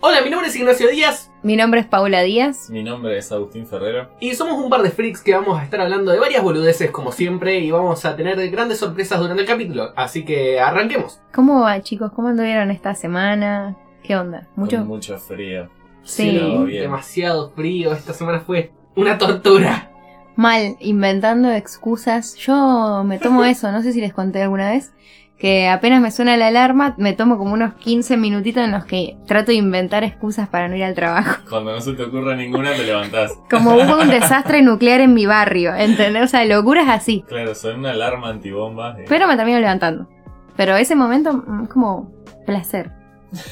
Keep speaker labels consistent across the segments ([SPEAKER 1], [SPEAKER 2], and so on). [SPEAKER 1] Hola, mi nombre es Ignacio Díaz
[SPEAKER 2] Mi nombre es Paula Díaz.
[SPEAKER 3] Mi nombre es Agustín Ferrero.
[SPEAKER 1] y somos un par de freaks que vamos a estar hablando de varias boludeces como siempre y vamos a tener grandes sorpresas durante el capítulo. Así que arranquemos.
[SPEAKER 2] ¿Cómo va, chicos? ¿Cómo anduvieron esta semana? ¿Qué onda? ¿Mucho?
[SPEAKER 3] Con mucho frío.
[SPEAKER 2] Sí.
[SPEAKER 3] no, bien.
[SPEAKER 1] demasiado frío. Esta semana fue una tortura.
[SPEAKER 2] Mal, inventando excusas. Yo me tomo eso, no sé si les conté alguna vez, que apenas me suena la alarma, me tomo como unos 15 minutitos en los que trato de inventar excusas para no ir al trabajo.
[SPEAKER 3] Cuando no se te ocurra ninguna, te levantás.
[SPEAKER 2] Como hubo un desastre nuclear en mi barrio, ¿entendés? O sea, locuras así.
[SPEAKER 3] Claro, son una alarma antibomba. eh.
[SPEAKER 2] Pero me termino levantando. Pero ese momento mm, es como placer,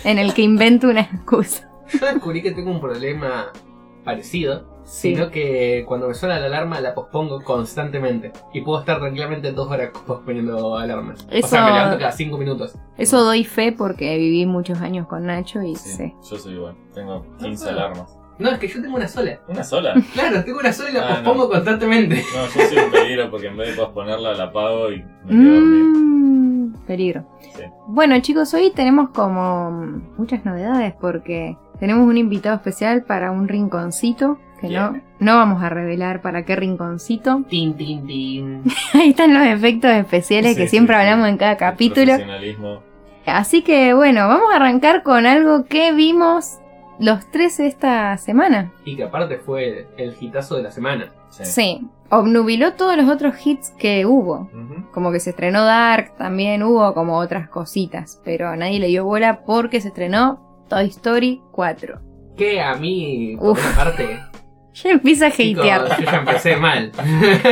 [SPEAKER 2] en el que invento una excusa.
[SPEAKER 1] Yo descubrí que tengo un problema parecido.
[SPEAKER 2] Sí.
[SPEAKER 1] Sino que cuando me suena la alarma la pospongo constantemente. Y puedo estar tranquilamente dos horas posponiendo alarmas. O sea,
[SPEAKER 2] Eso-
[SPEAKER 1] me levanto cada cinco minutos.
[SPEAKER 2] Eso doy fe porque viví muchos años con Nacho y
[SPEAKER 3] Sí,
[SPEAKER 2] sé.
[SPEAKER 3] Yo soy igual. Tengo 15
[SPEAKER 1] Ah.
[SPEAKER 3] alarmas.
[SPEAKER 1] No, es que yo tengo una sola.
[SPEAKER 3] ¿Una sola?
[SPEAKER 1] Claro, tengo una sola y la
[SPEAKER 3] Ah,
[SPEAKER 1] pospongo
[SPEAKER 3] no.
[SPEAKER 1] constantemente.
[SPEAKER 3] No, yo soy un peligro porque en vez de posponerla, la apago y me
[SPEAKER 2] Mm,
[SPEAKER 3] quedo dormido.
[SPEAKER 2] Mmm, peligro.
[SPEAKER 3] Sí.
[SPEAKER 2] Bueno chicos, hoy tenemos como muchas novedades porque tenemos un invitado especial para un rinconcito que no,
[SPEAKER 3] Bien.
[SPEAKER 2] no vamos a revelar para qué rinconcito.
[SPEAKER 1] Tin, tin, tin.
[SPEAKER 2] Ahí están los efectos especiales
[SPEAKER 3] Sí,
[SPEAKER 2] que
[SPEAKER 3] sí,
[SPEAKER 2] siempre
[SPEAKER 3] sí.
[SPEAKER 2] hablamos en cada
[SPEAKER 3] El
[SPEAKER 2] capítulo.
[SPEAKER 3] Profesionalismo.
[SPEAKER 2] Así que bueno, vamos a arrancar con algo que vimos los tres esta semana.
[SPEAKER 1] Y que aparte fue el hitazo de la semana.
[SPEAKER 3] Sí.
[SPEAKER 2] Sí, obnubiló todos los otros hits que hubo.
[SPEAKER 3] Ujú.
[SPEAKER 2] Como que se estrenó Dark, también hubo como otras cositas, pero nadie le dio bola porque se estrenó Toy Story 4.
[SPEAKER 1] Que a mí, por
[SPEAKER 2] Uf.
[SPEAKER 1] una parte,
[SPEAKER 2] Ya empieza a
[SPEAKER 1] chicos,
[SPEAKER 2] hatear.
[SPEAKER 1] yo ya empecé mal.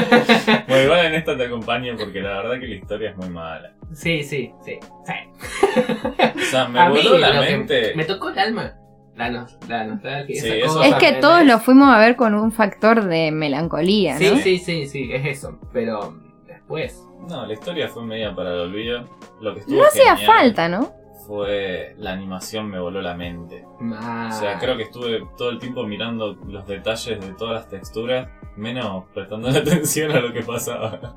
[SPEAKER 3] Bueno, igual en esta te acompaño porque la verdad que la historia es muy mala.
[SPEAKER 1] sí, sí, sí. sí.
[SPEAKER 3] O sea, me
[SPEAKER 1] a mí
[SPEAKER 3] voló la
[SPEAKER 1] lo que
[SPEAKER 3] mente.
[SPEAKER 1] me tocó el alma. La, nos- la nostalgia.
[SPEAKER 3] Sí,
[SPEAKER 1] esa
[SPEAKER 3] eso
[SPEAKER 1] cosa,
[SPEAKER 2] Es que
[SPEAKER 1] ¿entendés?
[SPEAKER 2] todos lo fuimos a ver con un factor de melancolía,
[SPEAKER 1] Sí,
[SPEAKER 2] ¿no?
[SPEAKER 1] sí, sí, sí, es eso. Pero después.
[SPEAKER 3] No, la historia fue media para el olvido. Lo que estuvo
[SPEAKER 2] No hacía
[SPEAKER 3] genial
[SPEAKER 2] falta, ¿no?
[SPEAKER 3] Fue la animación me voló la mente.
[SPEAKER 1] ah,
[SPEAKER 3] O sea, creo que estuve todo el tiempo mirando los detalles de todas las texturas, menos prestando atención a lo que pasaba.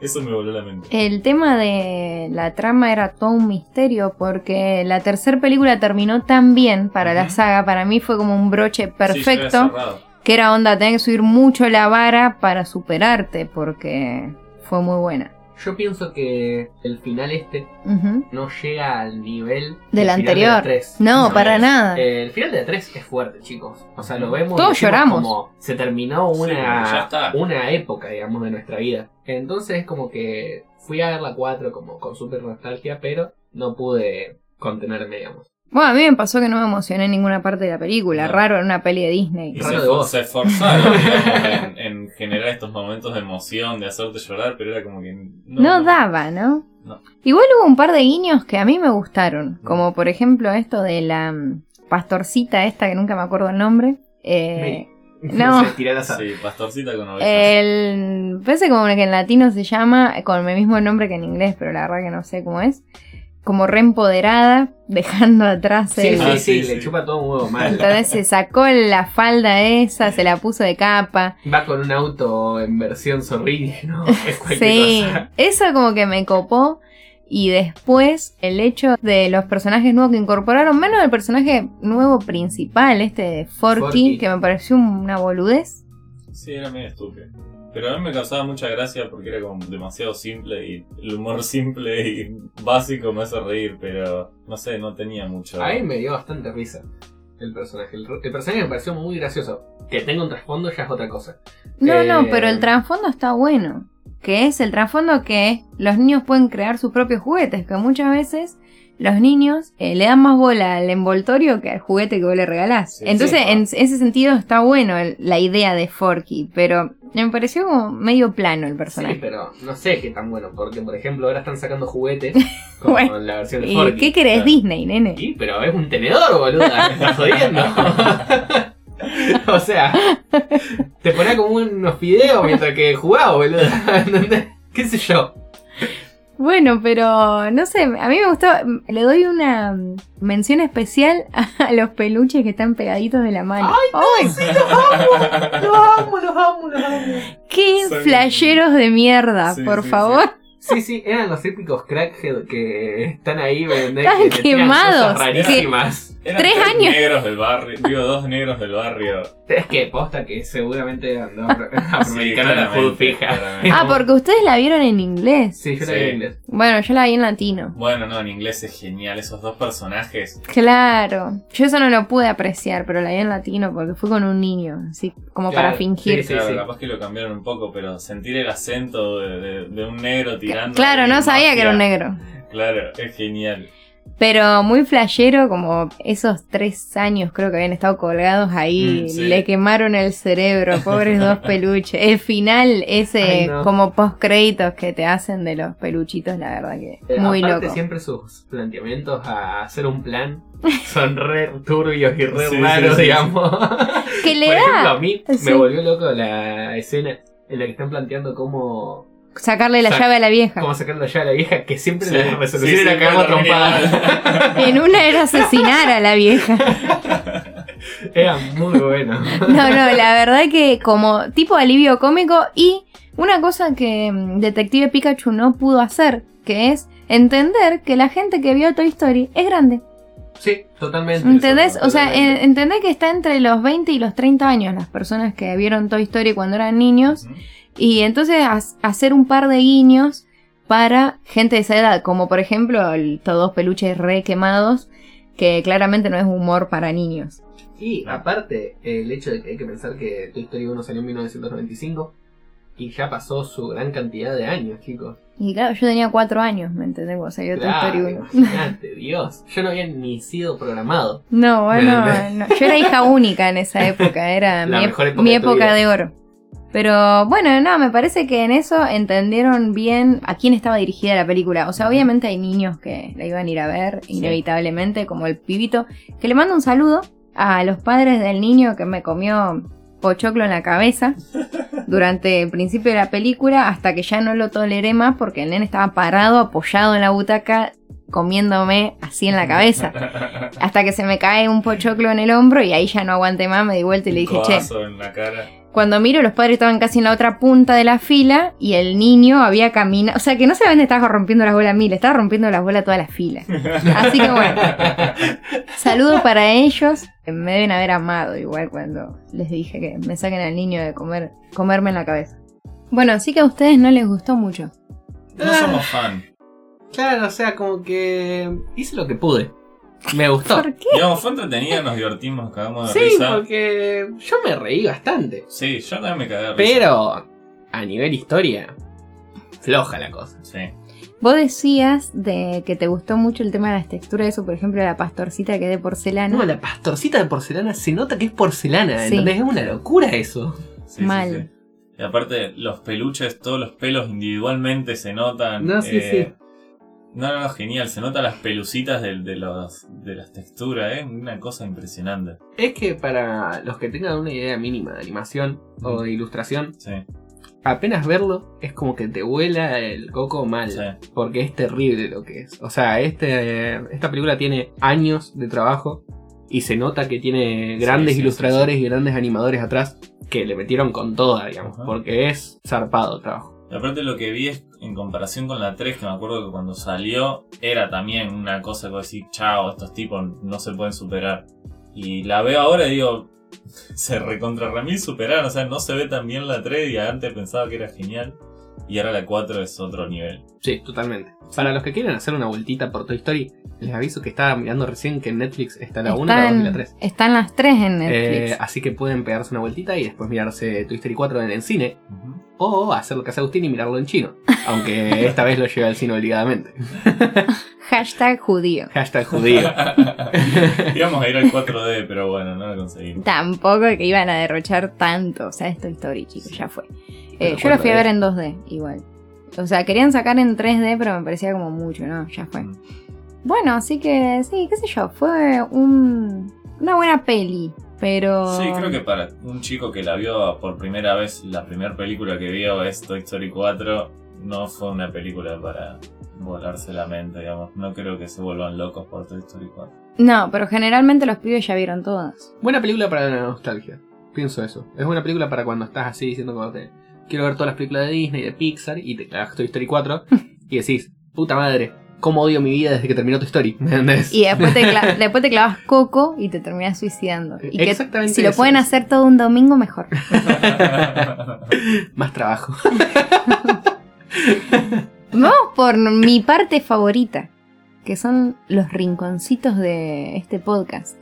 [SPEAKER 3] Eso me voló la mente.
[SPEAKER 2] El tema de la trama era todo un misterio porque la tercera película terminó tan bien para la
[SPEAKER 3] Ujú.
[SPEAKER 2] saga, para mí fue como un broche
[SPEAKER 3] Sí, yo era
[SPEAKER 2] perfecto.
[SPEAKER 3] cerrado.
[SPEAKER 2] que era onda, tenés que subir mucho la vara para superarte, porque fue muy buena.
[SPEAKER 1] Yo pienso que el final este
[SPEAKER 2] Ujú.
[SPEAKER 1] no llega al nivel
[SPEAKER 2] Del
[SPEAKER 1] final de la
[SPEAKER 2] anterior.
[SPEAKER 1] tres.
[SPEAKER 2] No,
[SPEAKER 3] No,
[SPEAKER 2] para
[SPEAKER 3] es-
[SPEAKER 2] nada.
[SPEAKER 1] Eh, El final de la 3 es fuerte, chicos. O sea, lo vemos. y
[SPEAKER 2] Ah. Mm. Todos
[SPEAKER 1] decimos
[SPEAKER 2] lloramos.
[SPEAKER 1] Como se terminó
[SPEAKER 3] Sí, porque ya
[SPEAKER 1] una,
[SPEAKER 3] está.
[SPEAKER 1] una época, digamos, de nuestra vida. Entonces es como que fui a ver la 4 como con super nostalgia, pero no pude contenerme, digamos.
[SPEAKER 2] Bueno, a mí me pasó que no me emocioné en ninguna parte de la película.
[SPEAKER 3] No.
[SPEAKER 2] Raro en una peli de Disney.
[SPEAKER 3] Y
[SPEAKER 1] Raro
[SPEAKER 3] se,
[SPEAKER 1] de
[SPEAKER 3] for-
[SPEAKER 1] vos.
[SPEAKER 3] se esforzaron digamos, en, en generar estos momentos de emoción, de hacerte llorar, pero era como que. No,
[SPEAKER 2] No, daba, ¿no?
[SPEAKER 3] No.
[SPEAKER 2] Igual hubo un par de guiños que a mí me gustaron. Como por ejemplo esto de la mm, pastorcita esta que nunca me acuerdo el nombre. Eh, No.
[SPEAKER 1] Se tiró al azar.
[SPEAKER 3] Sí, pastorcita con ovejas.
[SPEAKER 2] Eh, El. Parece como que en latino se llama con el mismo nombre que en inglés, pero la verdad que no sé cómo es. Como reempoderada, dejando atrás
[SPEAKER 1] Sí,
[SPEAKER 2] el.
[SPEAKER 1] sí,
[SPEAKER 3] Ah,
[SPEAKER 1] sí,
[SPEAKER 3] sí,
[SPEAKER 1] le
[SPEAKER 3] sí.
[SPEAKER 1] chupa todo un huevo mal.
[SPEAKER 2] Entonces se sacó la falda esa, se la puso de capa.
[SPEAKER 1] Va con un auto en versión zorrilla, ¿no? Es cualquier
[SPEAKER 2] Sí,
[SPEAKER 1] cosa.
[SPEAKER 2] eso como que me copó. Y después el hecho de los personajes nuevos que incorporaron, menos el personaje nuevo principal, este de Forky,
[SPEAKER 1] Forky.
[SPEAKER 2] que me pareció una boludez.
[SPEAKER 3] Sí, era medio estúpido. Pero a mí me causaba mucha gracia porque era como demasiado simple y el humor simple y básico me hace reír, pero no sé, no tenía mucho.
[SPEAKER 1] A mí me dio bastante risa el personaje. El, el personaje me pareció muy gracioso. Que tenga un trasfondo ya es otra cosa.
[SPEAKER 2] No,
[SPEAKER 1] Eh,
[SPEAKER 2] no, pero el trasfondo está bueno. Que es el trasfondo que los niños pueden crear sus propios juguetes, que muchas veces los niños eh, le dan más bola al envoltorio que al juguete que vos le regalás.
[SPEAKER 3] Sí,
[SPEAKER 2] Entonces,
[SPEAKER 3] sí,
[SPEAKER 2] en ese sentido está bueno el- la idea de Forky, pero me pareció como medio plano el
[SPEAKER 1] Sí,
[SPEAKER 2] personaje.
[SPEAKER 1] pero no sé qué tan bueno, porque por ejemplo ahora están sacando juguetes con
[SPEAKER 2] Bueno,
[SPEAKER 1] la versión de
[SPEAKER 2] ¿Y
[SPEAKER 1] Forky.
[SPEAKER 2] Eh, qué querés
[SPEAKER 3] claro.
[SPEAKER 2] Disney, nene?
[SPEAKER 1] Sí, pero es un tenedor, boluda, me estás jodiendo. o sea, te ponía como unos videos mientras que jugaba, boluda. ¿entendés? ¿Qué sé yo?
[SPEAKER 2] Bueno, pero no sé, a mí me gustó, le doy una mm, mención especial a los peluches que están pegaditos de la mano. Oh, ¡Ay!
[SPEAKER 1] Los amo, los amo, los amo.
[SPEAKER 2] ¡Qué
[SPEAKER 3] Son-
[SPEAKER 2] flayeros de mierda!
[SPEAKER 3] Sí,
[SPEAKER 2] por
[SPEAKER 3] sí,
[SPEAKER 2] favor.
[SPEAKER 1] Sí, sí, eran los típicos crackhead que están ahí, ¿me entendés?
[SPEAKER 2] Están
[SPEAKER 1] Que te tiran cosas
[SPEAKER 2] quemados, que-
[SPEAKER 1] rarísimas.
[SPEAKER 3] Eran
[SPEAKER 2] Tres años.
[SPEAKER 3] negros del barrio, digo, dos negros del barrio.
[SPEAKER 1] Es que posta que seguramente andó
[SPEAKER 3] Sí,
[SPEAKER 1] afroamericana la
[SPEAKER 3] claramente,
[SPEAKER 1] hood fija.
[SPEAKER 3] claramente.
[SPEAKER 2] Ah, porque ustedes la vieron en inglés.
[SPEAKER 1] Sí, yo la
[SPEAKER 3] Sí.
[SPEAKER 1] vi en inglés.
[SPEAKER 2] Bueno, yo la vi en latino.
[SPEAKER 3] Bueno, no, en inglés es genial, esos dos personajes.
[SPEAKER 2] Claro. Yo eso no lo pude apreciar, pero la vi en latino porque fui con un niño, así como
[SPEAKER 1] Claro,
[SPEAKER 2] para fingir.
[SPEAKER 1] Sí, sí,
[SPEAKER 3] claro,
[SPEAKER 1] sí.
[SPEAKER 3] capaz que lo cambiaron un poco, pero sentir el acento de, de- de un negro tirando.
[SPEAKER 2] Claro, no sabía que era un
[SPEAKER 3] magia.
[SPEAKER 2] negro.
[SPEAKER 3] Claro, es genial.
[SPEAKER 2] Pero muy flashero, como esos tres años creo que habían estado colgados ahí.
[SPEAKER 3] Mm, sí.
[SPEAKER 2] Le quemaron el cerebro, pobres dos peluches. El final, ese
[SPEAKER 1] Ay, no.
[SPEAKER 2] como post créditos que te hacen de los peluchitos, la verdad que
[SPEAKER 1] Eh,
[SPEAKER 2] muy
[SPEAKER 1] aparte,
[SPEAKER 2] loco.
[SPEAKER 1] siempre sus planteamientos a hacer un plan son re turbios y re
[SPEAKER 3] Sí, sí,
[SPEAKER 1] raros,
[SPEAKER 3] sí,
[SPEAKER 1] digamos.
[SPEAKER 2] Que le
[SPEAKER 1] Por ejemplo,
[SPEAKER 2] da
[SPEAKER 1] a mí
[SPEAKER 2] Sí.
[SPEAKER 1] me volvió loco la escena en la que están planteando cómo,
[SPEAKER 2] sacarle la
[SPEAKER 1] Sac-
[SPEAKER 2] llave a la vieja.
[SPEAKER 1] cómo sacarla ya a la vieja, que siempre
[SPEAKER 3] Sí,
[SPEAKER 1] la resolución
[SPEAKER 3] sí,
[SPEAKER 1] era
[SPEAKER 3] sí,
[SPEAKER 1] cagar
[SPEAKER 3] cuando
[SPEAKER 1] trompada.
[SPEAKER 2] En una era asesinar a la vieja.
[SPEAKER 1] Era muy bueno.
[SPEAKER 2] No, no, la verdad que como tipo alivio cómico y una cosa que mm, Detective Pikachu no pudo hacer, que es entender que la gente que vio Toy Story es grande.
[SPEAKER 1] Sí, totalmente.
[SPEAKER 2] ¿Entendés? O sea, eh, en-
[SPEAKER 1] Totalmente.
[SPEAKER 2] entendés que está entre los 20 y los 30 años las personas que vieron Toy Story cuando eran niños y entonces has- hacer un par de guiños para gente de esa edad, como por ejemplo el- estos dos peluches re quemados, que claramente no es humor para niños.
[SPEAKER 1] Y aparte, el hecho de que hay que pensar que Toy Story 1 salió en 1995 y ya pasó su gran cantidad de años, chicos.
[SPEAKER 2] Y claro, yo tenía cuatro años, ¿me entendés? Cuando salió Toy
[SPEAKER 1] Claro,
[SPEAKER 2] Story 1.
[SPEAKER 1] imagínate, Dios. Yo no había ni sido programado.
[SPEAKER 2] No, bueno,
[SPEAKER 1] Bien.
[SPEAKER 2] no. yo era hija única en esa época, era
[SPEAKER 1] La
[SPEAKER 2] mi,
[SPEAKER 1] mejor época
[SPEAKER 2] mi
[SPEAKER 1] de tu
[SPEAKER 2] época
[SPEAKER 1] vida.
[SPEAKER 2] de oro. Pero bueno, no, me parece que en eso entendieron bien a quién estaba dirigida la película. O sea, obviamente hay niños que la iban a ir a ver, inevitablemente, como el pibito, que le mando un saludo a los padres del niño que me comió pochoclo en la cabeza durante el principio de la película hasta que ya no lo toleré más porque el nene estaba parado, apoyado en la butaca, comiéndome así en la cabeza. Hasta que se me cae un pochoclo en el hombro y ahí ya no aguanté más, me di vuelta y le dije, che,
[SPEAKER 3] en la cara.
[SPEAKER 2] cuando miro los padres estaban casi en la otra punta de la fila y el niño había caminado, o sea que no se dónde estaba rompiendo las bolas a mí, le estaba rompiendo las bolas a toda la fila. Así que bueno, saludo para ellos, que me deben haber amado igual cuando les dije que me saquen al niño de comer, comerme en la cabeza. Bueno, sí que a ustedes no les gustó mucho.
[SPEAKER 3] No somos fan.
[SPEAKER 1] Claro, o sea, como que hice lo que pude. Me gustó.
[SPEAKER 2] ¿Por qué?
[SPEAKER 3] Digamos, fue entretenida, nos divertimos, nos cagamos de
[SPEAKER 1] Sí,
[SPEAKER 3] risa.
[SPEAKER 1] porque yo me reí bastante.
[SPEAKER 3] Sí, yo también me cagué de risa.
[SPEAKER 1] Pero a nivel historia, floja la cosa.
[SPEAKER 3] Sí.
[SPEAKER 2] Vos decías de que te gustó mucho el tema de las texturas, eso por ejemplo la pastorcita que es de
[SPEAKER 3] Ah,
[SPEAKER 2] porcelana.
[SPEAKER 1] No, la pastorcita de porcelana se nota que es porcelana,
[SPEAKER 2] Sí.
[SPEAKER 1] entonces es una locura eso.
[SPEAKER 3] Sí,
[SPEAKER 2] Mal.
[SPEAKER 3] sí, sí. Y aparte, los peluches, todos los pelos individualmente se notan.
[SPEAKER 1] No, sí,
[SPEAKER 3] sí. No, no, no, genial. Se notan las pelucitas del- de, los, de las texturas, ¿eh? Una cosa impresionante.
[SPEAKER 1] Es que para los que tengan una idea mínima de animación o de ilustración,
[SPEAKER 3] Sí,
[SPEAKER 1] apenas verlo es como que te vuela el coco mal.
[SPEAKER 3] sí.
[SPEAKER 1] Porque es terrible lo que es. O sea, este, esta película tiene años de trabajo y se nota que tiene
[SPEAKER 3] Sí,
[SPEAKER 1] grandes
[SPEAKER 3] sí,
[SPEAKER 1] ilustradores y grandes animadores atrás que le metieron con toda, digamos,
[SPEAKER 3] Ajá.
[SPEAKER 1] porque es zarpado el trabajo.
[SPEAKER 3] Y aparte, lo que vi es en comparación con la 3, que me acuerdo que cuando salió era también una cosa que vos decís, chao, estos tipos no se pueden superar. Y la veo ahora y digo, se recontra remil superaron. O sea, no se ve tan bien la 3 y antes pensaba que era genial. Y ahora la 4 es otro nivel.
[SPEAKER 1] Sí, totalmente. Para los que quieran hacer una vueltita por Toy Story, les aviso que estaba mirando recién que en Netflix está la 1, la 2 y la 3.
[SPEAKER 2] están las tres en Netflix.
[SPEAKER 1] Eh, así que pueden pegarse una vueltita y después mirarse Toy Story 4 en el cine.
[SPEAKER 3] Ujú.
[SPEAKER 1] O hacer lo que hace Agustín y mirarlo en chino. Aunque esta vez lo lleva al cine obligadamente.
[SPEAKER 2] Eh, Hashtag judío.
[SPEAKER 1] Hashtag judío.
[SPEAKER 3] Íbamos a ir al 4D, pero bueno, no lo conseguimos.
[SPEAKER 2] Tampoco que iban a derrochar tanto. O sea, esto es Toy Story, chicos, ya fue. Eh,
[SPEAKER 1] Pero
[SPEAKER 2] yo la fui a
[SPEAKER 1] 4D.
[SPEAKER 2] ver en 2D, igual. O sea, querían sacar en 3D, pero me parecía como mucho, ¿no? Ya fue.
[SPEAKER 3] Mm.
[SPEAKER 2] Bueno, así que sí, qué sé yo, fue un, una buena peli, pero...
[SPEAKER 3] Sí, creo que para un chico que la vio por primera vez, la primera película que vio es Toy Story 4, no fue una película para volarse la mente, digamos. No creo que se vuelvan locos por Toy Story 4.
[SPEAKER 2] No, pero generalmente los pibes ya vieron todas.
[SPEAKER 1] Buena película para la nostalgia. Pienso eso. Es buena película para cuando estás así diciendo como que quiero ver todas las películas de Disney, de Pixar y te clavas Toy Story 4 y decís, puta madre, cómo odio mi vida desde que terminó tu story. ¿Me entendés?
[SPEAKER 2] Y después te, cla- después te clavas coco y te terminas suicidando. Y que
[SPEAKER 1] Exactamente
[SPEAKER 2] si lo
[SPEAKER 1] eso
[SPEAKER 2] pueden
[SPEAKER 1] es.
[SPEAKER 2] hacer todo un domingo, mejor.
[SPEAKER 1] Más trabajo.
[SPEAKER 2] Vamos por mi parte favorita, que son los rinconcitos de este podcast.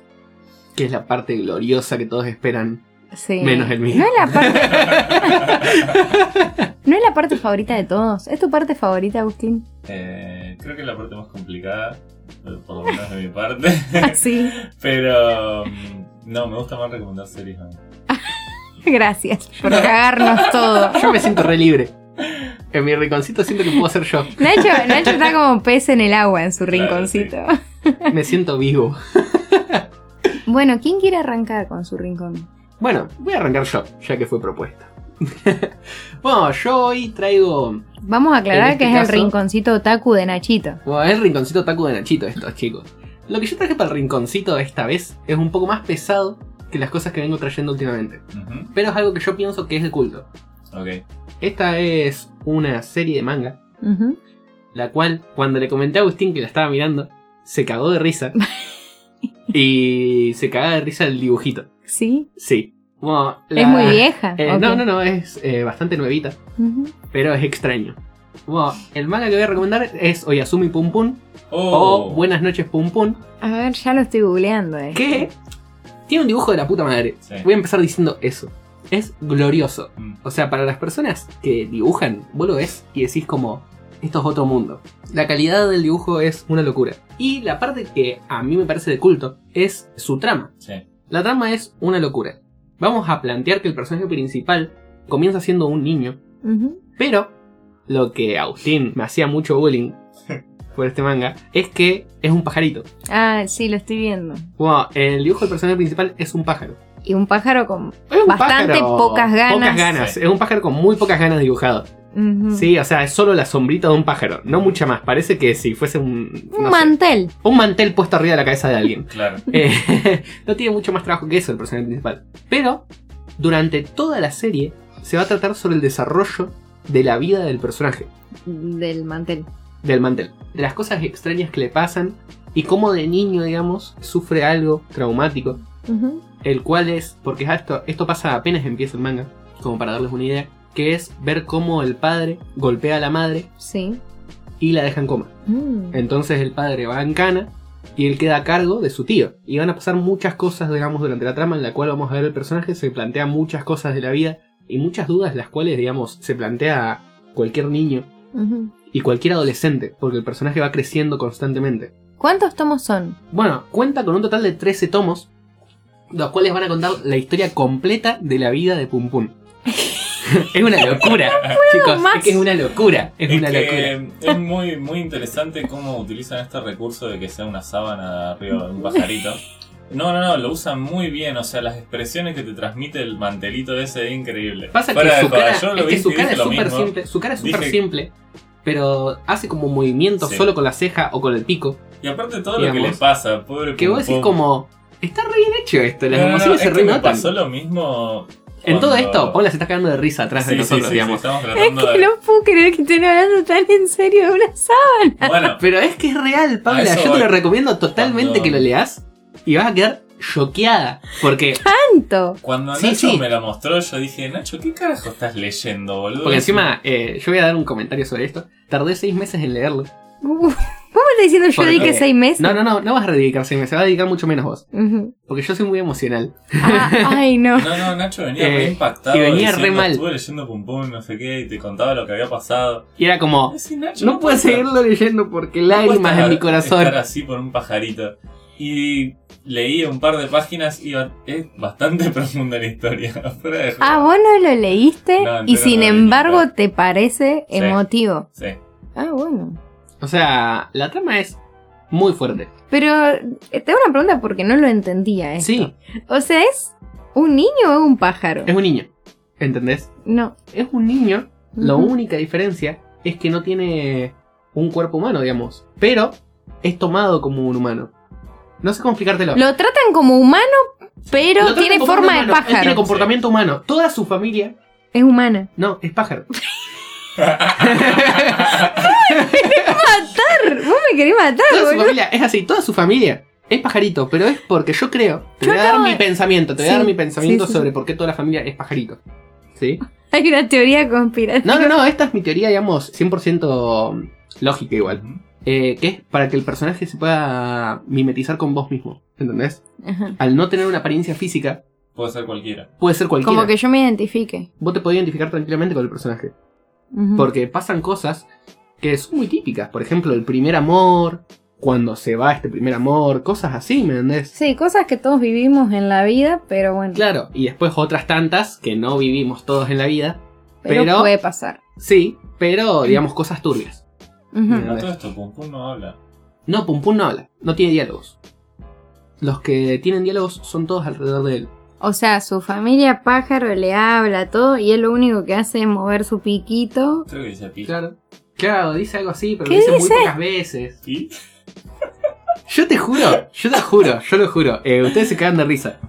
[SPEAKER 1] Que es la parte gloriosa que todos esperan.
[SPEAKER 2] Sí.
[SPEAKER 1] Menos el mío.
[SPEAKER 2] No es la parte. no es la parte favorita de todos. ¿Es tu parte favorita, Agustín?
[SPEAKER 3] Eh, creo que es la parte más complicada, eh, por lo menos de mi parte.
[SPEAKER 2] Sí.
[SPEAKER 3] Pero mm, no, me gusta más recomendar series. ¿no?
[SPEAKER 2] Gracias por cagarnos todo.
[SPEAKER 1] Yo me siento re libre. En mi rinconcito siento que puedo ser yo.
[SPEAKER 2] Nacho, Nacho está como pez en el agua en su
[SPEAKER 3] Claro,
[SPEAKER 2] rinconcito.
[SPEAKER 1] Me siento vivo.
[SPEAKER 2] Bueno, ¿quién quiere arrancar con su rincón?
[SPEAKER 1] Bueno, voy a arrancar yo, ya que fue propuesta. bueno, yo hoy traigo.
[SPEAKER 2] Vamos a aclarar
[SPEAKER 1] En este
[SPEAKER 2] que es
[SPEAKER 1] caso-
[SPEAKER 2] el rinconcito otaku de Nachito.
[SPEAKER 1] Bueno, es rinconcito taco de Nachito, estos chicos. Lo que yo traje para el rinconcito esta vez es un poco más pesado que las cosas que vengo trayendo últimamente.
[SPEAKER 3] Ujú,
[SPEAKER 1] Pero es algo que yo pienso que es de culto.
[SPEAKER 3] Ok.
[SPEAKER 1] Esta es una serie de manga,
[SPEAKER 2] Ujú.
[SPEAKER 1] la cual, cuando le comenté a Agustín que la estaba mirando, se cagó de risa. y se cagaba de risa el dibujito.
[SPEAKER 2] Sí.
[SPEAKER 1] Sí. Bueno, la-
[SPEAKER 2] Es muy vieja.
[SPEAKER 1] Eh,
[SPEAKER 2] ok.
[SPEAKER 1] No, no, no, es eh, bastante nuevita.
[SPEAKER 2] Ujú.
[SPEAKER 1] pero es extraño. Bueno, el manga que voy a recomendar es Oyasumi Pum Pum o
[SPEAKER 3] Oh,
[SPEAKER 1] Buenas noches Pum Pum,
[SPEAKER 2] A ver, ya lo estoy googleando. eh.
[SPEAKER 1] que tiene un dibujo de la puta madre.
[SPEAKER 3] Sí.
[SPEAKER 1] Voy a empezar diciendo eso. Es glorioso.
[SPEAKER 3] Mm,
[SPEAKER 1] O sea, para las personas que dibujan, vos lo ves y decís como, esto es otro mundo. La calidad del dibujo es una locura. Y la parte que a mí me parece de culto es su trama.
[SPEAKER 3] sí.
[SPEAKER 1] La trama es una locura. Vamos a plantear que el personaje principal comienza siendo un niño
[SPEAKER 2] Ujú.
[SPEAKER 1] Pero lo que Agustín me hacía mucho bullying por este manga es que es un pajarito.
[SPEAKER 2] Ah, sí, lo estoy viendo.
[SPEAKER 1] Bueno, el dibujo del personaje principal es un pájaro.
[SPEAKER 2] Y un pájaro con...
[SPEAKER 1] Es un
[SPEAKER 2] Bastante pocas ganas. Mm.
[SPEAKER 1] Pocas ganas.
[SPEAKER 3] Sí.
[SPEAKER 1] Es un pájaro con muy pocas ganas dibujado.
[SPEAKER 2] Ujú.
[SPEAKER 1] Sí, o sea, es solo la sombrita de un pájaro. No mucha más. Parece que si fuese un.
[SPEAKER 2] Un
[SPEAKER 1] no sé,
[SPEAKER 2] mantel.
[SPEAKER 1] un mantel puesto arriba de la cabeza de alguien.
[SPEAKER 3] Claro.
[SPEAKER 1] Eh, no tiene mucho más trabajo que eso el personaje principal. Pero durante toda la serie se va a tratar sobre el desarrollo de la vida del personaje.
[SPEAKER 2] Del mantel.
[SPEAKER 1] del mantel. De las cosas extrañas que le pasan y cómo de niño, digamos, sufre algo traumático,
[SPEAKER 2] Ujú.
[SPEAKER 1] el cual es, porque ya esto, esto pasa apenas empieza el manga, como para darles una idea, que es ver cómo el padre golpea a la madre
[SPEAKER 2] Sí.
[SPEAKER 1] y la deja en coma.
[SPEAKER 2] Mm.
[SPEAKER 1] Entonces el padre va en cana y él queda a cargo de su tío. Y van a pasar muchas cosas, digamos, durante la trama en la cual vamos a ver el personaje, se plantea muchas cosas de la vida y muchas dudas las cuales, digamos, se plantea cualquier niño
[SPEAKER 2] Ujú.
[SPEAKER 1] y cualquier adolescente, porque el personaje va creciendo constantemente.
[SPEAKER 2] ¿Cuántos tomos son?
[SPEAKER 1] Bueno, cuenta con un total de 13 tomos, los cuales van a contar la historia completa de la vida de Pum Pum. es una locura, chicos.
[SPEAKER 2] más.
[SPEAKER 1] Es que es una locura. Es, una
[SPEAKER 3] que
[SPEAKER 1] locura.
[SPEAKER 3] es muy, muy interesante cómo utilizan este recurso de que sea una sábana arriba de un pajarito. No, no, no, lo usan muy bien, o sea, las expresiones que te transmite el mantelito ese es increíble.
[SPEAKER 1] Pasa
[SPEAKER 3] Fuera
[SPEAKER 1] que
[SPEAKER 3] de
[SPEAKER 1] su
[SPEAKER 3] joda,
[SPEAKER 1] cara,
[SPEAKER 3] yo lo
[SPEAKER 1] es
[SPEAKER 3] vi
[SPEAKER 1] que su
[SPEAKER 3] y
[SPEAKER 1] cara
[SPEAKER 3] dije
[SPEAKER 1] es
[SPEAKER 3] lo
[SPEAKER 1] súper
[SPEAKER 3] mismo.
[SPEAKER 1] simple. Su cara es súper
[SPEAKER 3] Dije-
[SPEAKER 1] simple. Pero hace como movimientos
[SPEAKER 3] Sí.
[SPEAKER 1] solo con la ceja o con el pico.
[SPEAKER 3] Y aparte todo lo que
[SPEAKER 1] Digamos,
[SPEAKER 3] le pasa, pobre
[SPEAKER 1] Que
[SPEAKER 3] Pum
[SPEAKER 1] vos decís
[SPEAKER 3] Pum.
[SPEAKER 1] como. Está re bien hecho esto, las
[SPEAKER 3] No, no, no,
[SPEAKER 1] emociones
[SPEAKER 3] es
[SPEAKER 1] se
[SPEAKER 3] que
[SPEAKER 1] re
[SPEAKER 3] me
[SPEAKER 1] notan.
[SPEAKER 3] pasó lo mismo.
[SPEAKER 1] En todo
[SPEAKER 3] cuando-
[SPEAKER 1] esto, Paula se está cagando de risa atrás
[SPEAKER 3] Sí,
[SPEAKER 1] de
[SPEAKER 3] sí,
[SPEAKER 1] nosotros,
[SPEAKER 3] sí, sí,
[SPEAKER 1] digamos.
[SPEAKER 3] estamos
[SPEAKER 2] Es
[SPEAKER 3] tratando
[SPEAKER 2] que
[SPEAKER 3] de-
[SPEAKER 2] no puedo creer que estén hablando tan en serio de una sábana.
[SPEAKER 3] Bueno,
[SPEAKER 1] Pero es que es real, Paula.
[SPEAKER 3] A eso
[SPEAKER 1] Yo te lo
[SPEAKER 3] voy.
[SPEAKER 1] recomiendo totalmente
[SPEAKER 3] Cuando-
[SPEAKER 1] que lo leas y vas a quedar choqueada. Porque,
[SPEAKER 2] Tanto.
[SPEAKER 3] Cuando
[SPEAKER 1] Sí,
[SPEAKER 3] Nacho
[SPEAKER 1] sí.
[SPEAKER 3] me la mostró, yo dije, Nacho, ¿qué carajo estás leyendo, boludo?
[SPEAKER 1] porque encima, eh, yo voy a dar un comentario sobre esto. Tardé seis meses en leerlo.
[SPEAKER 2] ¿Cómo estás diciendo yo
[SPEAKER 1] Porque-
[SPEAKER 2] di que seis meses?
[SPEAKER 1] No, no, no, no vas a dedicar seis meses, vas a dedicar mucho menos vos.
[SPEAKER 2] Ujú.
[SPEAKER 1] Porque yo soy muy emocional.
[SPEAKER 2] Ah, ay, no.
[SPEAKER 3] No, no, Nacho venía
[SPEAKER 1] Eh,
[SPEAKER 3] re impactado.
[SPEAKER 1] y venía
[SPEAKER 3] diciendo,
[SPEAKER 1] re mal.
[SPEAKER 3] Estuve leyendo Pum Pum, no sé qué, y te contaba lo que había pasado.
[SPEAKER 1] Y era como,
[SPEAKER 3] Sí, Nacho,
[SPEAKER 1] no puedo
[SPEAKER 3] puede ser.
[SPEAKER 1] seguirlo leyendo porque
[SPEAKER 3] No puede
[SPEAKER 1] lágrimas
[SPEAKER 3] estar-
[SPEAKER 1] en mi corazón.
[SPEAKER 3] Estar así por un pajarito. Y leí un par de páginas y va- es bastante profunda la historia. fuera de
[SPEAKER 2] Ah,
[SPEAKER 3] joda.
[SPEAKER 2] vos no lo leíste
[SPEAKER 3] No,
[SPEAKER 2] y
[SPEAKER 3] entero
[SPEAKER 2] sin
[SPEAKER 3] no lo leí,
[SPEAKER 2] embargo
[SPEAKER 3] claro.
[SPEAKER 2] te parece
[SPEAKER 3] Sí.
[SPEAKER 2] emotivo.
[SPEAKER 3] Sí.
[SPEAKER 2] Ah, bueno.
[SPEAKER 1] O sea, la trama es muy fuerte.
[SPEAKER 2] Pero eh, te hago una pregunta porque no lo entendía esto.
[SPEAKER 1] Sí,
[SPEAKER 2] O sea, ¿es un niño o es un pájaro?
[SPEAKER 1] es un niño. ¿Entendés?
[SPEAKER 2] No.
[SPEAKER 1] Es un niño La
[SPEAKER 2] Ujú.
[SPEAKER 1] única diferencia es que no tiene un cuerpo humano, digamos. Pero es tomado como un humano. No sé cómo explicártelo.
[SPEAKER 2] Lo tratan como humano,
[SPEAKER 1] Lo
[SPEAKER 2] pero
[SPEAKER 1] tratan
[SPEAKER 2] tiene
[SPEAKER 1] como un
[SPEAKER 2] forma de
[SPEAKER 1] humano, él
[SPEAKER 2] pájaro.
[SPEAKER 1] tiene comportamiento humano. Toda su familia.
[SPEAKER 2] Es humana.
[SPEAKER 1] No, es pájaro.
[SPEAKER 2] matar! ¡Vos me querés matar,
[SPEAKER 1] Toda su
[SPEAKER 2] boludo!
[SPEAKER 1] familia es así, toda su familia es pajarito, pero es porque yo creo. Te
[SPEAKER 2] Yo
[SPEAKER 1] voy a dar
[SPEAKER 2] acabo
[SPEAKER 1] mi
[SPEAKER 2] de-
[SPEAKER 1] pensamiento, te voy a
[SPEAKER 2] Sí,
[SPEAKER 1] dar mi pensamiento
[SPEAKER 2] sí, sí,
[SPEAKER 1] sobre
[SPEAKER 2] sí.
[SPEAKER 1] por qué toda la familia es pajarito. ¿Sí?
[SPEAKER 2] Hay una teoría conspirativa.
[SPEAKER 1] No, no, no, esta es mi teoría, digamos, 100% lógica igual. Eh, que es para que el personaje se pueda mimetizar con vos mismo, ¿entendés?
[SPEAKER 2] Ajá.
[SPEAKER 1] Al no tener una apariencia física,
[SPEAKER 3] Puede ser cualquiera.
[SPEAKER 1] puede ser cualquiera.
[SPEAKER 2] Como que yo me identifique.
[SPEAKER 1] Vos te podés identificar tranquilamente con el personaje.
[SPEAKER 2] Ujú.
[SPEAKER 1] Porque pasan cosas que son muy típicas. Por ejemplo, el primer amor, cuando se va este primer amor, cosas así, ¿me entendés?
[SPEAKER 2] Sí, cosas que todos vivimos en la vida, pero bueno.
[SPEAKER 1] Claro, y después otras tantas que no vivimos todos en la vida.
[SPEAKER 2] pero,
[SPEAKER 1] pero-
[SPEAKER 2] puede pasar.
[SPEAKER 1] Sí, pero digamos cosas turbias.
[SPEAKER 2] Ujú.
[SPEAKER 1] Bien.
[SPEAKER 3] A todo esto, Pum Pum no habla.
[SPEAKER 1] No, Pum Pum no habla, no tiene diálogos. Los que tienen diálogos son todos alrededor de él.
[SPEAKER 2] O sea, su familia pájaro le habla todo y él lo único que hace es mover su piquito.
[SPEAKER 3] Creo que dice Pi.
[SPEAKER 1] Claro. Claro, dice algo así, pero
[SPEAKER 2] ¿Qué
[SPEAKER 1] lo dice,
[SPEAKER 2] dice?
[SPEAKER 1] muy pocas veces.
[SPEAKER 3] Pi.
[SPEAKER 1] Yo te juro, yo te juro, yo lo juro. Eh, ustedes se quedan de risa.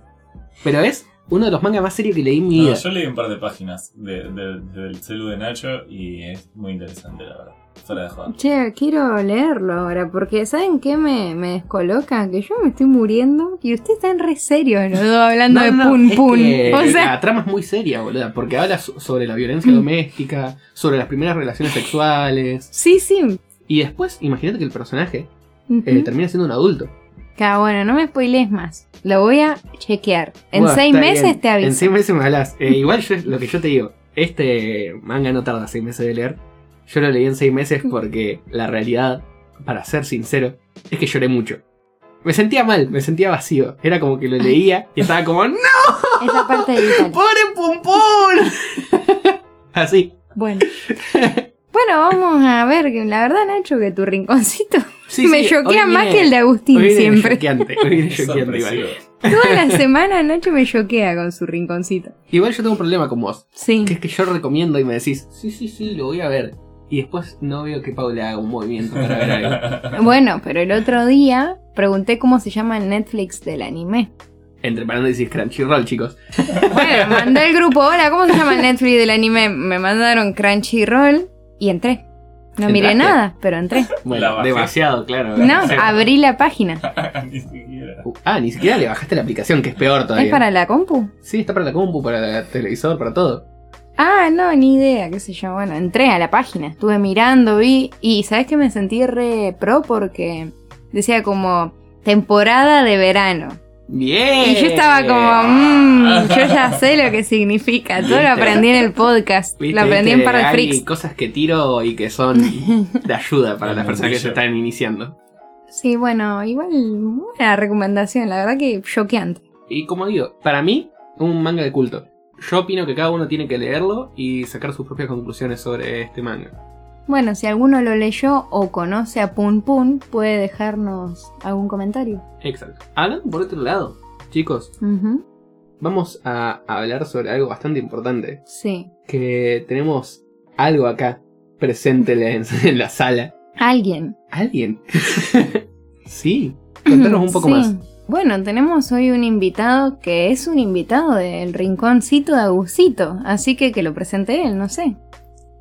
[SPEAKER 1] Pero es uno de los mangas más serios que leí en mi
[SPEAKER 3] No,
[SPEAKER 1] vida.
[SPEAKER 3] yo leí un par de páginas de- de- del celu de Nacho y es muy interesante, la verdad. Fuera de joda.
[SPEAKER 2] Che, quiero leerlo ahora porque ¿saben qué me, me descoloca? Que yo me estoy muriendo y ustedes están re serios los dos hablando de pum
[SPEAKER 1] es
[SPEAKER 2] pum.
[SPEAKER 1] que
[SPEAKER 2] O sea, Mm.
[SPEAKER 1] La trama es muy seria, boluda, porque habla so- sobre la violencia doméstica, sobre las primeras relaciones sexuales.
[SPEAKER 2] sí, sí.
[SPEAKER 1] Y después, imagínate que el personaje
[SPEAKER 2] Ujú.
[SPEAKER 1] eh, termina siendo un adulto.
[SPEAKER 2] Ca, bueno, no me spoilees más. Lo voy a chequear. En
[SPEAKER 1] Bueno,
[SPEAKER 2] seis
[SPEAKER 1] está
[SPEAKER 2] meses
[SPEAKER 1] bien.
[SPEAKER 2] te
[SPEAKER 1] En
[SPEAKER 2] aviso.
[SPEAKER 1] seis meses me hablas. Eh, igual yo, lo que yo te digo, este manga no tarda seis meses de leer. Yo lo leí en seis meses porque la realidad, para ser sincero, es que lloré mucho. Me sentía mal, me sentía vacío. Era como que lo leía y estaba como, ¡No!
[SPEAKER 2] Esa parte de Italia.
[SPEAKER 1] ¡Pobre Pum Pum! Así.
[SPEAKER 2] Bueno. Bueno, vamos a ver, que la verdad, Nacho, que tu rinconcito
[SPEAKER 1] Sí,
[SPEAKER 2] me
[SPEAKER 1] sí,
[SPEAKER 2] choquea
[SPEAKER 1] hoy
[SPEAKER 2] más
[SPEAKER 1] viene-
[SPEAKER 2] que el de Agustín
[SPEAKER 1] hoy viene
[SPEAKER 2] siempre.
[SPEAKER 1] choqueante, hoy viene
[SPEAKER 3] Es
[SPEAKER 1] choqueante, igual.
[SPEAKER 3] sorpresivo.
[SPEAKER 2] Toda la semana Nacho me choquea con su rinconcito.
[SPEAKER 1] Igual yo tengo un problema con vos.
[SPEAKER 2] Sí.
[SPEAKER 1] Que es que yo recomiendo y me decís, sí, sí, sí, lo voy a ver. Y después no veo que Paula haga un movimiento para ver algo.
[SPEAKER 2] Bueno, pero el otro día pregunté cómo se llama el Netflix del anime.
[SPEAKER 1] Entre paréntesis, Crunchyroll, chicos.
[SPEAKER 2] Bueno, mandé al grupo, hola, ¿cómo se llama el Netflix del anime? Me mandaron Crunchyroll y entré. No miré
[SPEAKER 1] ¿Entraste?
[SPEAKER 2] nada, pero entré.
[SPEAKER 3] La
[SPEAKER 1] Bueno,
[SPEAKER 3] bajé.
[SPEAKER 1] demasiado, claro.
[SPEAKER 2] No,
[SPEAKER 1] Sí.
[SPEAKER 2] abrí la página.
[SPEAKER 3] Ni siquiera.
[SPEAKER 1] Ah, ni siquiera le bajaste la aplicación, que es peor todavía.
[SPEAKER 2] ¿Es para la compu?
[SPEAKER 1] Sí, está para la compu, para el televisor, para todo.
[SPEAKER 2] Ah, no, ni idea, qué sé yo. Bueno, entré a la página, estuve mirando, vi, y sabes que me sentí re pro porque decía como temporada de verano.
[SPEAKER 1] Bien.
[SPEAKER 2] Y yo estaba como, mmm, yo ya sé lo que significa. Todo lo
[SPEAKER 1] Eh. ¿Viste?
[SPEAKER 2] aprendí en el podcast,
[SPEAKER 1] ¿Viste?
[SPEAKER 2] lo aprendí en
[SPEAKER 1] ¿Viste?
[SPEAKER 2] Parrot
[SPEAKER 1] Hay
[SPEAKER 2] Freaks.
[SPEAKER 1] cosas que tiro y que son de ayuda para las personas que se están iniciando.
[SPEAKER 2] Sí, bueno, igual buena recomendación, la verdad que choqueante.
[SPEAKER 1] Y como digo, para mí, un manga de culto. Yo opino que cada uno tiene que leerlo y sacar sus propias conclusiones sobre este manga.
[SPEAKER 2] Bueno, si alguno lo leyó o conoce a Pun Pun, puede dejarnos algún comentario.
[SPEAKER 1] Exacto. Hablando por otro lado, chicos,
[SPEAKER 2] Ujú,
[SPEAKER 1] vamos a hablar sobre algo bastante importante.
[SPEAKER 2] Sí.
[SPEAKER 1] Que tenemos algo acá presente en la- en la sala.
[SPEAKER 2] Alguien.
[SPEAKER 1] ¿Alguien? sí. Contanos un poco
[SPEAKER 2] Sí.
[SPEAKER 1] más.
[SPEAKER 2] Bueno, tenemos hoy un invitado que es un invitado del rinconcito de Agusito, así que que lo presente él, no sé.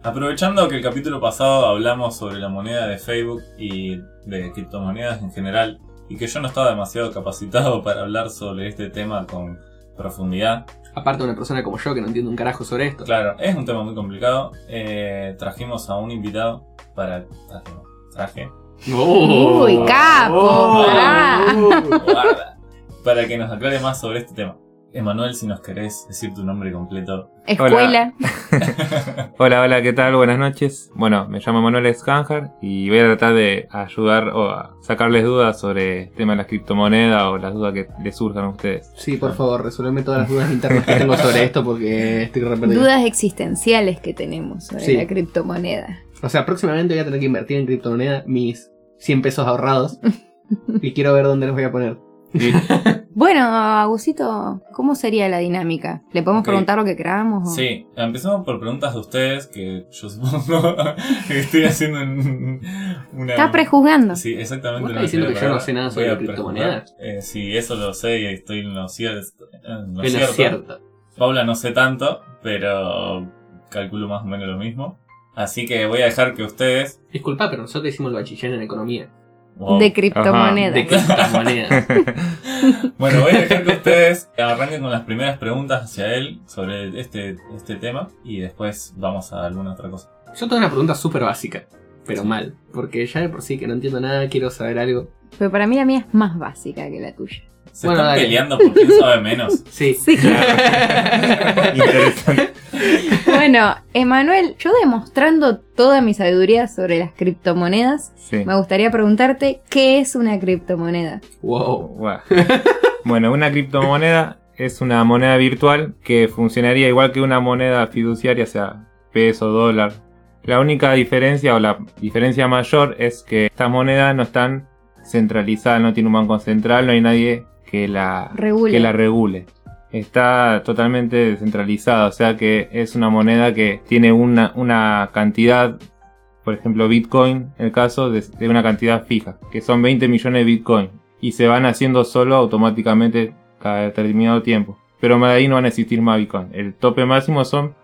[SPEAKER 3] Aprovechando que el capítulo pasado hablamos sobre la moneda de Facebook y de criptomonedas en general, y que yo no estaba demasiado capacitado para hablar sobre este tema con profundidad,
[SPEAKER 1] Aparte de una persona como yo que no entiende un carajo sobre esto.
[SPEAKER 3] claro, es un tema muy complicado, eh, trajimos a un invitado para... trajimos, Traje.
[SPEAKER 1] ¡Oh!
[SPEAKER 2] Uy, capo, pará.
[SPEAKER 3] guarda, para que nos aclare más sobre este tema. Emanuel, si nos querés decir tu nombre completo.
[SPEAKER 2] Escuela.
[SPEAKER 4] Hola, hola, ¿qué tal? Buenas noches. Bueno, me llamo Manuel Scanjar y voy a tratar de ayudar o a sacarles dudas sobre el tema de las criptomonedas o las dudas que les surjan a ustedes.
[SPEAKER 1] Sí, por favor, resuelveme todas las dudas internas que tengo sobre esto porque estoy re perdido.
[SPEAKER 2] Dudas existenciales que tenemos sobre
[SPEAKER 1] Sí.
[SPEAKER 2] la criptomoneda.
[SPEAKER 1] O sea, próximamente voy a tener que invertir en criptomoneda mis 100 pesos ahorrados. y quiero ver dónde los voy a poner.
[SPEAKER 2] Bueno, Agusito, ¿cómo sería la dinámica? ¿Le podemos
[SPEAKER 3] Ok.
[SPEAKER 2] preguntar lo que queramos? o-
[SPEAKER 3] Sí, empezamos por preguntas de ustedes, que yo supongo que estoy haciendo un- una...
[SPEAKER 2] Está prejuzgando.
[SPEAKER 3] Sí, exactamente.
[SPEAKER 1] ¿Vos
[SPEAKER 3] no
[SPEAKER 1] estás diciendo
[SPEAKER 3] quiero
[SPEAKER 1] que yo no
[SPEAKER 3] pagar.
[SPEAKER 1] sé nada sobre
[SPEAKER 3] Voy a
[SPEAKER 1] criptomonedas?
[SPEAKER 3] preguntar. Eh, sí, eso lo sé y estoy en lo cierto. en lo
[SPEAKER 1] Que no
[SPEAKER 3] cierto.
[SPEAKER 1] es cierto.
[SPEAKER 3] Paula no sé tanto, pero calculo más o menos lo mismo. Así que voy a dejar que ustedes.
[SPEAKER 1] Disculpa, pero nosotros hicimos el bachiller en economía.
[SPEAKER 3] Wow.
[SPEAKER 2] de criptomonedas.
[SPEAKER 1] De criptomonedas.
[SPEAKER 3] Bueno, voy a dejar que ustedes arranquen con las primeras preguntas hacia él sobre este, este tema y después vamos a alguna otra cosa.
[SPEAKER 1] Yo tengo una pregunta súper básica, pero mal. Porque ya de por sí que no entiendo nada, quiero saber algo.
[SPEAKER 2] Pero para mí la mía es más básica que la tuya.
[SPEAKER 3] Se
[SPEAKER 1] Bueno,
[SPEAKER 3] están
[SPEAKER 1] dale.
[SPEAKER 3] peleando por quién sabe menos.
[SPEAKER 1] Sí.
[SPEAKER 2] Sí.
[SPEAKER 4] Interesante.
[SPEAKER 2] bueno, Emanuel, yo demostrando toda mi sabiduría sobre las criptomonedas,
[SPEAKER 4] Sí.
[SPEAKER 2] me gustaría preguntarte qué es una criptomoneda.
[SPEAKER 1] Wow.
[SPEAKER 4] Guau. Bueno, una criptomoneda es una moneda virtual que funcionaría igual que una moneda fiduciaria, sea peso, dólar. La única diferencia o la diferencia mayor es que estas monedas no están centralizadas, no tiene un banco central, no hay nadie que la,
[SPEAKER 2] Regule.
[SPEAKER 4] que la regule. Está totalmente descentralizada, o sea que es una moneda que tiene una, una cantidad, por ejemplo Bitcoin, el caso de, de una cantidad fija, que son 20 millones de Bitcoin, y se van haciendo solo automáticamente cada determinado tiempo. Pero más de ahí no van a existir más Bitcoin. El tope máximo son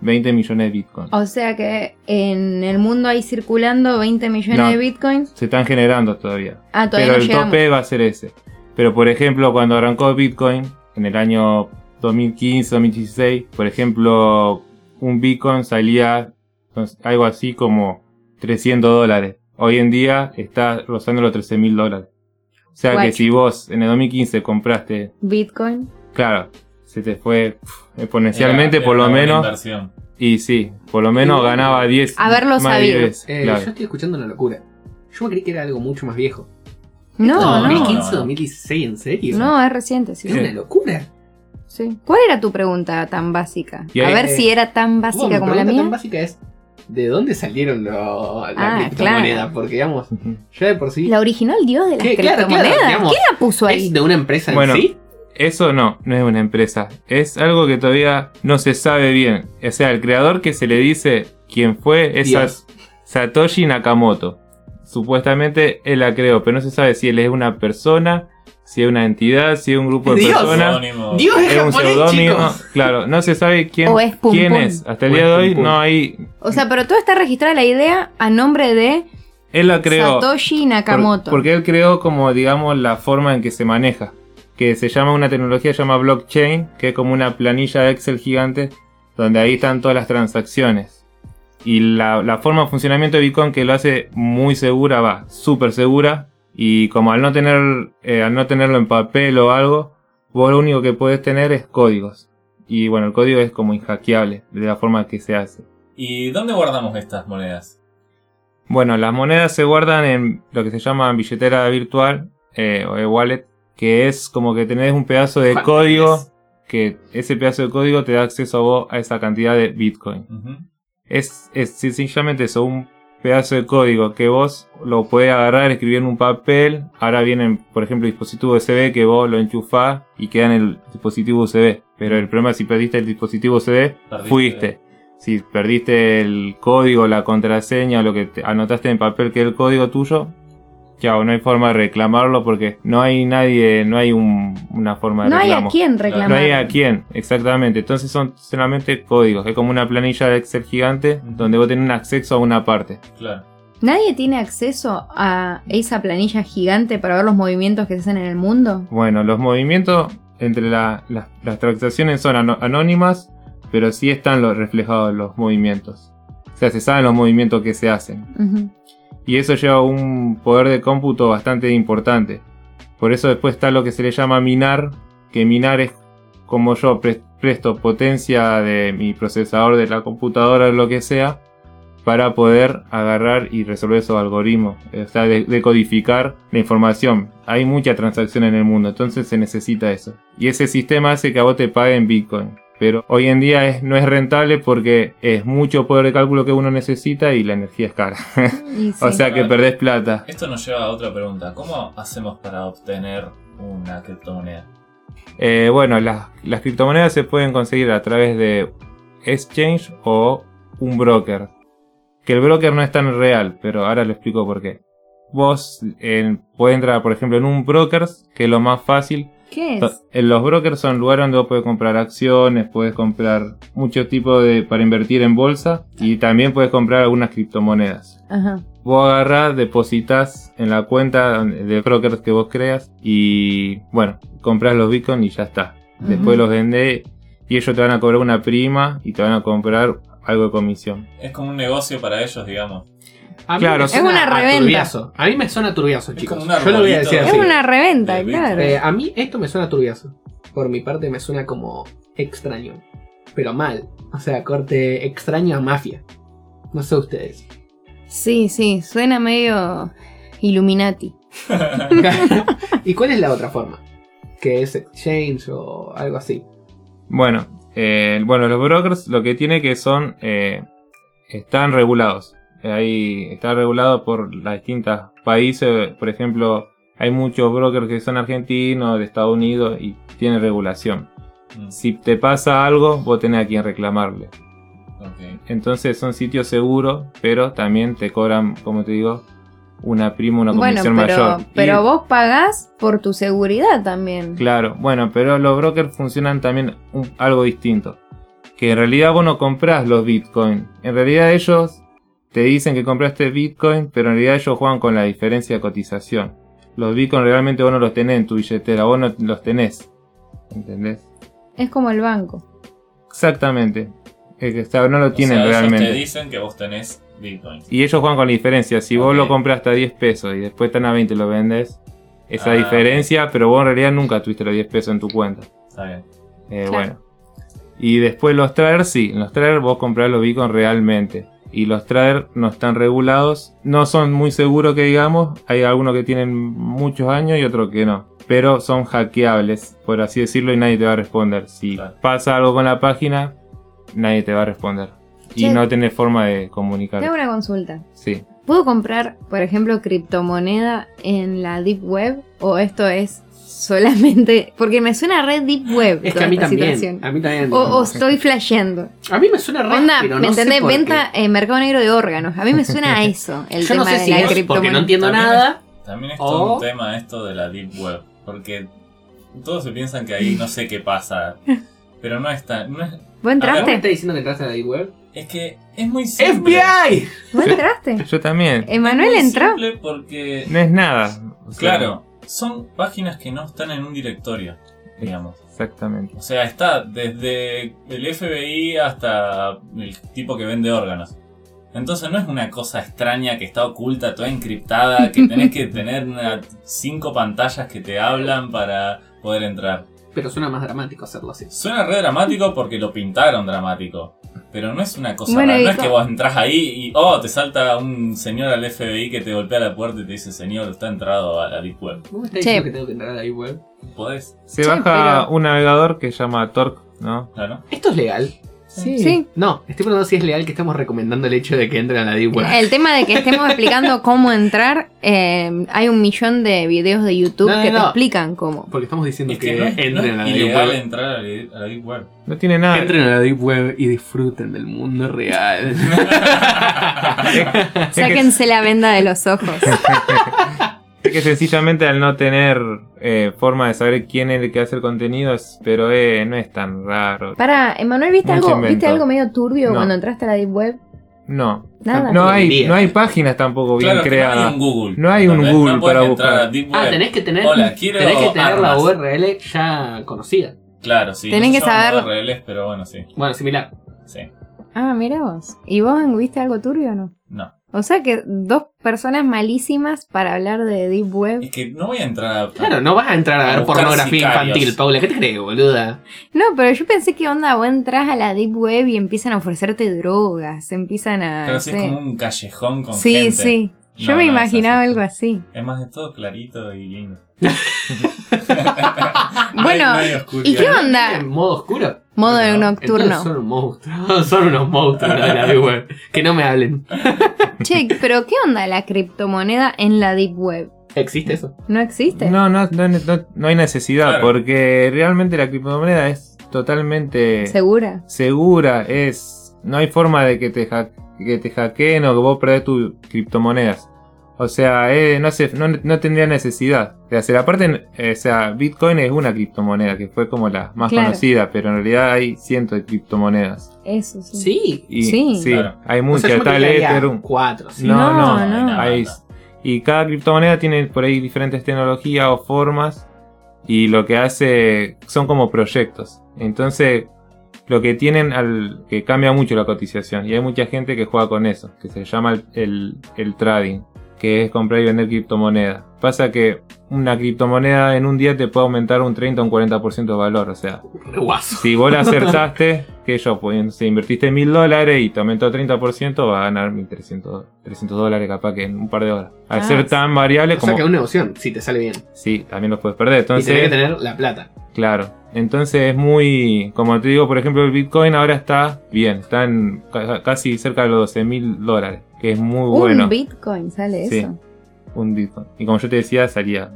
[SPEAKER 4] 20 millones de Bitcoin.
[SPEAKER 2] O sea que en el mundo hay circulando 20 millones
[SPEAKER 4] No.
[SPEAKER 2] de bitcoins.
[SPEAKER 4] Se están generando todavía.
[SPEAKER 2] Ah, todavía
[SPEAKER 4] Pero
[SPEAKER 2] no
[SPEAKER 4] el
[SPEAKER 2] llegamos.
[SPEAKER 4] tope va a ser ese. Pero por ejemplo, cuando arrancó Bitcoin, en el año 2015, 2016, por ejemplo, un Bitcoin salía entonces, algo así como 300 dólares. Hoy en día está rozando los 13 mil dólares. O sea
[SPEAKER 2] Guacho.
[SPEAKER 4] que si vos en el 2015 compraste,
[SPEAKER 2] Bitcoin.
[SPEAKER 4] claro, se te fue pf, exponencialmente
[SPEAKER 3] Era-
[SPEAKER 4] por
[SPEAKER 3] era
[SPEAKER 4] lo
[SPEAKER 3] una buena
[SPEAKER 4] menos.
[SPEAKER 3] inversión.
[SPEAKER 4] Y sí, por lo menos ganaba 10.
[SPEAKER 2] Haberlo
[SPEAKER 4] más de
[SPEAKER 2] sabido.
[SPEAKER 4] 10 veces,
[SPEAKER 1] Eh,
[SPEAKER 4] claro.
[SPEAKER 1] Yo estoy escuchando una locura. Yo me creí que era algo mucho más viejo.
[SPEAKER 2] No,
[SPEAKER 3] No,
[SPEAKER 2] no.
[SPEAKER 1] 2015,
[SPEAKER 3] no.
[SPEAKER 1] 2016, ¿en serio?
[SPEAKER 2] No, es reciente, sí.
[SPEAKER 1] Es una locura.
[SPEAKER 2] Sí. ¿Cuál era tu pregunta tan básica?
[SPEAKER 4] Y
[SPEAKER 2] a
[SPEAKER 4] ahí-
[SPEAKER 2] ver si era tan
[SPEAKER 1] Wow,
[SPEAKER 2] básica como la
[SPEAKER 1] pregunta
[SPEAKER 2] mía.
[SPEAKER 1] tan básica es: ¿de dónde salieron lo- la
[SPEAKER 2] Ah,
[SPEAKER 1] criptomoneda?
[SPEAKER 2] claro.
[SPEAKER 1] Porque, digamos, ya de por sí.
[SPEAKER 2] La original dios de las
[SPEAKER 1] ¿Qué? Claro, claro,
[SPEAKER 2] criptomonedas.
[SPEAKER 1] digamos,
[SPEAKER 2] ¿Quién la puso ahí?
[SPEAKER 1] ¿Es de una empresa en
[SPEAKER 4] Bueno,
[SPEAKER 1] sí?
[SPEAKER 4] Eso no, no es una empresa. Es algo que todavía no se sabe bien. O sea, el creador que se le dice quién fue es
[SPEAKER 1] Dios.
[SPEAKER 4] Sa- Satoshi Nakamoto. Supuestamente él la creó, pero no se sabe si él es una persona, si es una entidad, si es un grupo de
[SPEAKER 1] Dios.
[SPEAKER 4] personas.
[SPEAKER 3] Pseudónimo.
[SPEAKER 1] Dios es
[SPEAKER 4] Es un
[SPEAKER 1] japonés,
[SPEAKER 4] seudónimo.
[SPEAKER 1] chicos.
[SPEAKER 4] Claro, no se sabe quién,
[SPEAKER 2] O es Pum
[SPEAKER 4] quién
[SPEAKER 2] Pum.
[SPEAKER 4] es. Hasta el
[SPEAKER 1] O
[SPEAKER 4] día
[SPEAKER 1] es
[SPEAKER 4] de
[SPEAKER 1] Pum
[SPEAKER 4] hoy
[SPEAKER 1] Pum.
[SPEAKER 4] no hay.
[SPEAKER 2] O sea, pero todo está registrada la idea a nombre de
[SPEAKER 4] Él la creó.
[SPEAKER 2] Satoshi
[SPEAKER 4] Por-
[SPEAKER 2] Nakamoto.
[SPEAKER 4] porque él creó como, digamos, la forma en que se maneja. Que se llama una tecnología, se llama blockchain, que es como una planilla de Excel gigante, donde ahí están todas las transacciones. Y la, la forma de funcionamiento de Bitcoin que lo hace muy segura, va, súper segura. Y como al no, tener, eh, al no tenerlo en papel o algo, vos lo único que podés tener es códigos. Y bueno, el código es como inhackeable de la forma que se hace.
[SPEAKER 3] ¿Y dónde guardamos estas monedas?
[SPEAKER 4] Bueno, las monedas se guardan en lo que se llama billetera virtual eh, o de wallet, que es como que tenés un pedazo de
[SPEAKER 1] Juan,
[SPEAKER 4] código,
[SPEAKER 1] es-
[SPEAKER 4] que ese pedazo de código te da acceso a vos a esa cantidad de Bitcoin.
[SPEAKER 3] Ujú.
[SPEAKER 4] Es, es sencillamente eso, un pedazo de código que vos lo podés agarrar, escribir en un papel. Ahora vienen, por ejemplo, dispositivos USB que vos lo enchufás y queda en el dispositivo USB. Pero el problema es si perdiste el dispositivo USB,
[SPEAKER 3] Perdiste.
[SPEAKER 4] fuiste. Si perdiste el código, la contraseña, lo que te- anotaste en papel que es el código tuyo, chao, no hay forma de reclamarlo porque no hay nadie, no hay un- una forma de
[SPEAKER 2] no hay
[SPEAKER 4] reclamo.
[SPEAKER 2] a quién reclamar.
[SPEAKER 4] No hay a quién, exactamente. Entonces son solamente códigos. Es como una planilla de Excel gigante donde vos tenés un acceso a una parte.
[SPEAKER 3] Claro.
[SPEAKER 2] Nadie tiene acceso a esa planilla gigante para ver los movimientos que se hacen en el mundo.
[SPEAKER 4] Bueno, los movimientos entre la- las- las transacciones son ano- anónimas, pero sí están los, reflejados los movimientos. O sea, se saben los movimientos que se hacen.
[SPEAKER 2] Ujú.
[SPEAKER 4] y eso lleva un poder de cómputo bastante importante. Por eso después está lo que se le llama minar, que minar es como yo pre- presto potencia de mi procesador, de la computadora, lo que sea, para poder agarrar y resolver esos algoritmos, o sea, de- decodificar la información. Hay mucha transacción en el mundo, entonces se necesita eso. Y ese sistema hace que a vos te paguen Bitcoin. Pero hoy en día es- no es rentable porque es mucho poder de cálculo que uno necesita y la energía es cara.
[SPEAKER 2] Y sí.
[SPEAKER 4] O sea que
[SPEAKER 3] Claro.
[SPEAKER 4] perdés plata.
[SPEAKER 3] Esto nos lleva a otra pregunta. ¿Cómo hacemos para obtener una criptomoneda?
[SPEAKER 4] Eh, bueno, las, las criptomonedas se pueden conseguir a través de exchange o un broker. Que el broker no es tan real, pero ahora lo explico por qué. Vos eh, podés entrar, por ejemplo, en un broker, que es lo más fácil,
[SPEAKER 2] ¿Qué
[SPEAKER 4] So-
[SPEAKER 2] es?
[SPEAKER 4] en Los brokers son lugares donde vos puedes comprar acciones, puedes comprar muchos tipos de para invertir en bolsa y también puedes comprar algunas criptomonedas.
[SPEAKER 2] Ajá.
[SPEAKER 4] Vos agarrás, depositas en la cuenta de brokers que vos creas y bueno, compras los bitcoins y ya está. Después
[SPEAKER 2] Ujú.
[SPEAKER 4] los vendés y ellos te van a cobrar una prima y te van a comprar algo de comisión.
[SPEAKER 3] Es como un negocio para ellos, digamos.
[SPEAKER 1] A mí
[SPEAKER 4] Claro,
[SPEAKER 1] me
[SPEAKER 4] es
[SPEAKER 1] suena
[SPEAKER 2] una
[SPEAKER 1] a
[SPEAKER 2] reventa.
[SPEAKER 1] turbiazo. A mí me suena a turbiazo,
[SPEAKER 3] Es
[SPEAKER 1] chicos.
[SPEAKER 3] como un
[SPEAKER 1] Yo lo voy a decir
[SPEAKER 3] arbolito.
[SPEAKER 1] así.
[SPEAKER 2] Es una reventa,
[SPEAKER 3] De Bitcoin.
[SPEAKER 2] claro.
[SPEAKER 1] Eh, a mí esto me suena a turbiazo. Por mi parte me suena como extraño. Pero mal. O sea, corte extraño a mafia. No sé ustedes.
[SPEAKER 2] Sí, sí, suena medio Illuminati.
[SPEAKER 1] ¿Y cuál es la otra forma? Que es exchange o algo así.
[SPEAKER 4] Bueno, eh, bueno, los brokers lo que tiene que son eh, están regulados. Ahí está regulado por las distintas países. Por ejemplo, hay muchos brokers que son argentinos, de Estados Unidos y tienen regulación.
[SPEAKER 3] Mm,
[SPEAKER 4] Si te pasa algo, vos tenés a quien reclamarle.
[SPEAKER 3] ok.
[SPEAKER 4] Entonces son sitios seguros, pero también te cobran, como te digo, una prima, una
[SPEAKER 2] bueno,
[SPEAKER 4] comisión
[SPEAKER 2] pero,
[SPEAKER 4] mayor.
[SPEAKER 2] pero
[SPEAKER 4] Y-
[SPEAKER 2] vos pagás por tu seguridad también.
[SPEAKER 4] Claro, bueno, pero los brokers funcionan también un- algo distinto. Que en realidad vos no compras los Bitcoin. En realidad ellos te dicen que compraste Bitcoin, pero en realidad ellos juegan con la diferencia de cotización. Los Bitcoin realmente vos no los tenés en tu billetera, vos no los tenés. ¿Entendés?
[SPEAKER 2] Es como el banco.
[SPEAKER 4] Exactamente. Es que, o sea, no lo
[SPEAKER 3] O
[SPEAKER 4] tienen
[SPEAKER 3] sea,
[SPEAKER 4] realmente.
[SPEAKER 3] Ellos te dicen que vos tenés bitcoins.
[SPEAKER 4] Y ellos juegan con la diferencia. Si vos
[SPEAKER 3] Ok.
[SPEAKER 4] lo compraste a 10 pesos y después están a 20 y lo vendes, esa
[SPEAKER 3] Ah.
[SPEAKER 4] diferencia, pero vos en realidad nunca tuviste los 10 pesos en tu cuenta.
[SPEAKER 3] Está bien.
[SPEAKER 4] Eh,
[SPEAKER 2] Claro.
[SPEAKER 4] Bueno. Y después los traer, sí, los traer vos comprar los bitcoins realmente. Y los traer no están regulados, no son muy seguros que digamos, hay algunos que tienen muchos años y otros que no. Pero son hackeables, por así decirlo, y nadie te va a responder. Si
[SPEAKER 3] Claro.
[SPEAKER 4] pasa algo con la página, nadie te va a responder.
[SPEAKER 2] Che.
[SPEAKER 4] Y no tenés forma de comunicar.
[SPEAKER 2] Te hago una consulta.
[SPEAKER 4] Sí.
[SPEAKER 2] ¿Puedo comprar, por ejemplo, criptomoneda en la Deep Web? ¿O esto es solamente.? Porque me suena red Deep Web.
[SPEAKER 1] Es que
[SPEAKER 2] toda
[SPEAKER 1] a mí
[SPEAKER 2] esta
[SPEAKER 1] también.
[SPEAKER 2] situación.
[SPEAKER 1] A mí también.
[SPEAKER 2] O, o estoy flasheando.
[SPEAKER 1] a mí me suena raro.
[SPEAKER 2] Onda,
[SPEAKER 1] pero no
[SPEAKER 2] ¿me
[SPEAKER 1] sé
[SPEAKER 2] entendés?
[SPEAKER 1] por qué.
[SPEAKER 2] Venta en mercado negro de órganos. A mí me suena a eso. El
[SPEAKER 1] Yo
[SPEAKER 2] tema
[SPEAKER 1] no sé
[SPEAKER 2] de
[SPEAKER 1] si
[SPEAKER 2] la
[SPEAKER 1] es porque no
[SPEAKER 2] criptomoneda.
[SPEAKER 1] entiendo
[SPEAKER 3] También-
[SPEAKER 1] nada.
[SPEAKER 3] También es
[SPEAKER 1] O-
[SPEAKER 3] todo un tema esto de la Deep Web. Porque todos se piensan que ahí no sé qué pasa. Pero no está. No es,
[SPEAKER 2] ¿Vos
[SPEAKER 1] ¿Vos me
[SPEAKER 2] entraste?
[SPEAKER 1] estás diciendo que entraste a la Deep Web?
[SPEAKER 3] es que es muy simple.
[SPEAKER 1] ¡FBI!
[SPEAKER 2] ¿Vos entraste?
[SPEAKER 4] Yo también.
[SPEAKER 2] ¿Emanuel
[SPEAKER 3] Es muy
[SPEAKER 2] entró?
[SPEAKER 3] simple porque
[SPEAKER 4] No es nada. O sea,
[SPEAKER 3] Claro, son páginas que no están en un directorio, digamos.
[SPEAKER 4] Exactamente.
[SPEAKER 3] O sea, está desde el FBI hasta el tipo que vende órganos. Entonces no es una cosa extraña que está oculta, toda encriptada, que tenés que tener una- cinco pantallas que te hablan para poder entrar.
[SPEAKER 1] Pero suena más dramático hacerlo así.
[SPEAKER 3] Suena re dramático porque lo pintaron dramático. Pero no es una cosa
[SPEAKER 2] Bueno,
[SPEAKER 3] rara.
[SPEAKER 2] y
[SPEAKER 3] No es que
[SPEAKER 2] co-
[SPEAKER 3] vos entras ahí y, oh, te salta un señor al FBI que te golpea la puerta y te dice, señor, está entrado a la Deep Web.
[SPEAKER 1] ¿Vos me estás
[SPEAKER 2] Che.
[SPEAKER 1] diciendo que tengo que entrar a la Deep Web?
[SPEAKER 3] ¿Podés?
[SPEAKER 4] Se
[SPEAKER 2] Sí,
[SPEAKER 4] baja
[SPEAKER 2] pero-
[SPEAKER 4] un navegador que se llama Torque, ¿no?
[SPEAKER 3] Claro.
[SPEAKER 1] ¿Esto es legal?
[SPEAKER 2] Sí.
[SPEAKER 1] No, estoy preguntando si es legal que estamos recomendando el hecho de que entren a la Deep Web.
[SPEAKER 2] El tema de que estemos explicando cómo entrar, eh, hay un millón de videos de YouTube
[SPEAKER 1] No, no,
[SPEAKER 2] que te
[SPEAKER 1] no.
[SPEAKER 2] explican cómo.
[SPEAKER 1] Porque estamos diciendo
[SPEAKER 3] Es
[SPEAKER 1] que,
[SPEAKER 3] no es- no
[SPEAKER 1] entren a la
[SPEAKER 3] es
[SPEAKER 1] Deep
[SPEAKER 3] ilegal
[SPEAKER 1] Web.
[SPEAKER 3] entrar a la, a la Deep Web.
[SPEAKER 4] No tiene nada.
[SPEAKER 1] Entren a la Deep Web y disfruten del mundo real.
[SPEAKER 4] Es que-
[SPEAKER 2] Sáquense la venda de los ojos.
[SPEAKER 4] Es que sencillamente al no tener eh, forma de saber quién es el que hace el contenido, es- pero eh, no es tan raro.
[SPEAKER 2] Para, Emanuel, ¿viste
[SPEAKER 4] Mucho
[SPEAKER 2] algo, ¿viste
[SPEAKER 4] invento.
[SPEAKER 2] algo medio turbio
[SPEAKER 4] No.
[SPEAKER 2] cuando entraste a la Deep Web?
[SPEAKER 4] No.
[SPEAKER 2] Nada.
[SPEAKER 4] No hay,
[SPEAKER 1] Bien.
[SPEAKER 4] no hay páginas tampoco bien
[SPEAKER 3] Claro que No hay
[SPEAKER 4] creadas.
[SPEAKER 3] un Google.
[SPEAKER 4] No hay un
[SPEAKER 3] ¿entendés?
[SPEAKER 4] Google
[SPEAKER 3] No podés
[SPEAKER 4] para
[SPEAKER 3] entrar
[SPEAKER 4] buscar.
[SPEAKER 3] a Deep
[SPEAKER 1] ah,
[SPEAKER 3] Web.
[SPEAKER 1] tenés que tener,
[SPEAKER 3] Hola, quiero
[SPEAKER 1] tenés que tener la
[SPEAKER 3] armas.
[SPEAKER 1] URL ya conocida.
[SPEAKER 3] Claro, sí.
[SPEAKER 2] Tenés
[SPEAKER 3] no
[SPEAKER 2] que
[SPEAKER 3] se llaman
[SPEAKER 2] saber-
[SPEAKER 3] URLs, pero bueno, sí.
[SPEAKER 1] Bueno, similar.
[SPEAKER 3] Sí.
[SPEAKER 2] Ah, mira vos. ¿Y vos viste algo turbio o no?
[SPEAKER 3] No.
[SPEAKER 2] O sea que dos personas malísimas para hablar de Deep Web.
[SPEAKER 3] Es que no voy a entrar a.
[SPEAKER 1] Claro, no vas a entrar a
[SPEAKER 3] A
[SPEAKER 1] ver
[SPEAKER 3] buscar
[SPEAKER 1] pornografía
[SPEAKER 3] sicarios.
[SPEAKER 1] infantil, Paula. ¿Qué te crees, boluda?
[SPEAKER 2] No, pero yo pensé que onda, vos entras a la Deep Web y empiezan a ofrecerte drogas, empiezan a...
[SPEAKER 3] Pero sí
[SPEAKER 2] no
[SPEAKER 3] es
[SPEAKER 2] sé.
[SPEAKER 3] como un callejón con
[SPEAKER 2] sí,
[SPEAKER 3] gente.
[SPEAKER 2] sí. Yo
[SPEAKER 3] No,
[SPEAKER 2] me
[SPEAKER 3] no, es
[SPEAKER 2] imaginaba
[SPEAKER 3] así.
[SPEAKER 2] algo así.
[SPEAKER 3] Es más de todo clarito y lindo.
[SPEAKER 2] Bueno,
[SPEAKER 3] Medio oscuro.
[SPEAKER 2] ¿y qué onda?
[SPEAKER 1] En modo oscuro.
[SPEAKER 2] Modo
[SPEAKER 3] No,
[SPEAKER 1] Entonces
[SPEAKER 2] nocturno.
[SPEAKER 1] son un monstruo. Son unos monstruos los de la Deep Web. Que no me hablen.
[SPEAKER 2] Che, pero ¿qué onda la criptomoneda en la Deep Web?
[SPEAKER 1] ¿Existe eso?
[SPEAKER 2] ¿No existe?
[SPEAKER 4] No, no, no, no- no hay necesidad,
[SPEAKER 3] Claro.
[SPEAKER 4] porque realmente la criptomoneda es totalmente
[SPEAKER 2] ¿Segura?
[SPEAKER 4] segura, es no hay forma de que te, ha- que te hackeen o que vos perdés tus criptomonedas. O sea, eh, no, se- no, no tendría necesidad de hacer. Aparte, eh, o sea, Bitcoin es una criptomoneda que fue como la más
[SPEAKER 2] Claro.
[SPEAKER 4] conocida, pero en realidad hay cientos de criptomonedas.
[SPEAKER 2] Eso sí.
[SPEAKER 1] Sí.
[SPEAKER 4] Y,
[SPEAKER 2] Sí.
[SPEAKER 3] Claro.
[SPEAKER 4] hay
[SPEAKER 1] O sea,
[SPEAKER 4] muchas.
[SPEAKER 1] yo me
[SPEAKER 4] Está el
[SPEAKER 1] quedaría
[SPEAKER 4] Ethereum.
[SPEAKER 1] Cuatro, sí.
[SPEAKER 4] No, no,
[SPEAKER 2] no.
[SPEAKER 3] nada,
[SPEAKER 4] Ahí
[SPEAKER 3] nada.
[SPEAKER 4] Y cada criptomoneda tiene por ahí diferentes tecnologías o formas. Y lo que hace son como proyectos. Entonces, lo que tienen al que cambia mucho la cotización. Y hay mucha gente que juega con eso, que se llama el, el- el trading, que es comprar y vender criptomonedas. Pasa que una criptomoneda en un día te puede aumentar un 30 o un 40% de valor. O sea,
[SPEAKER 1] Re guaso.
[SPEAKER 4] si vos la acertaste, que yo, pues, no sé, invertiste mil dólares y te aumentó 30%, va a ganar 1300 300 dólares capaz que en un par de horas. Al
[SPEAKER 2] Ah,
[SPEAKER 4] ser
[SPEAKER 2] sí.
[SPEAKER 4] tan variable
[SPEAKER 1] O
[SPEAKER 4] como...
[SPEAKER 1] sea que es una opción, si te sale bien.
[SPEAKER 4] Sí, también los puedes perder.
[SPEAKER 1] Y tenés que
[SPEAKER 4] Entonces,
[SPEAKER 1] tener la plata.
[SPEAKER 4] claro. Entonces es muy... Como te digo, por ejemplo, el Bitcoin ahora está bien. Está en ca- casi cerca de los 12 mil dólares. Que es muy
[SPEAKER 2] Un
[SPEAKER 4] bueno.
[SPEAKER 2] Bitcoin sale
[SPEAKER 4] Sí.
[SPEAKER 2] eso.
[SPEAKER 4] un Bitcoin. Y como yo te decía, salía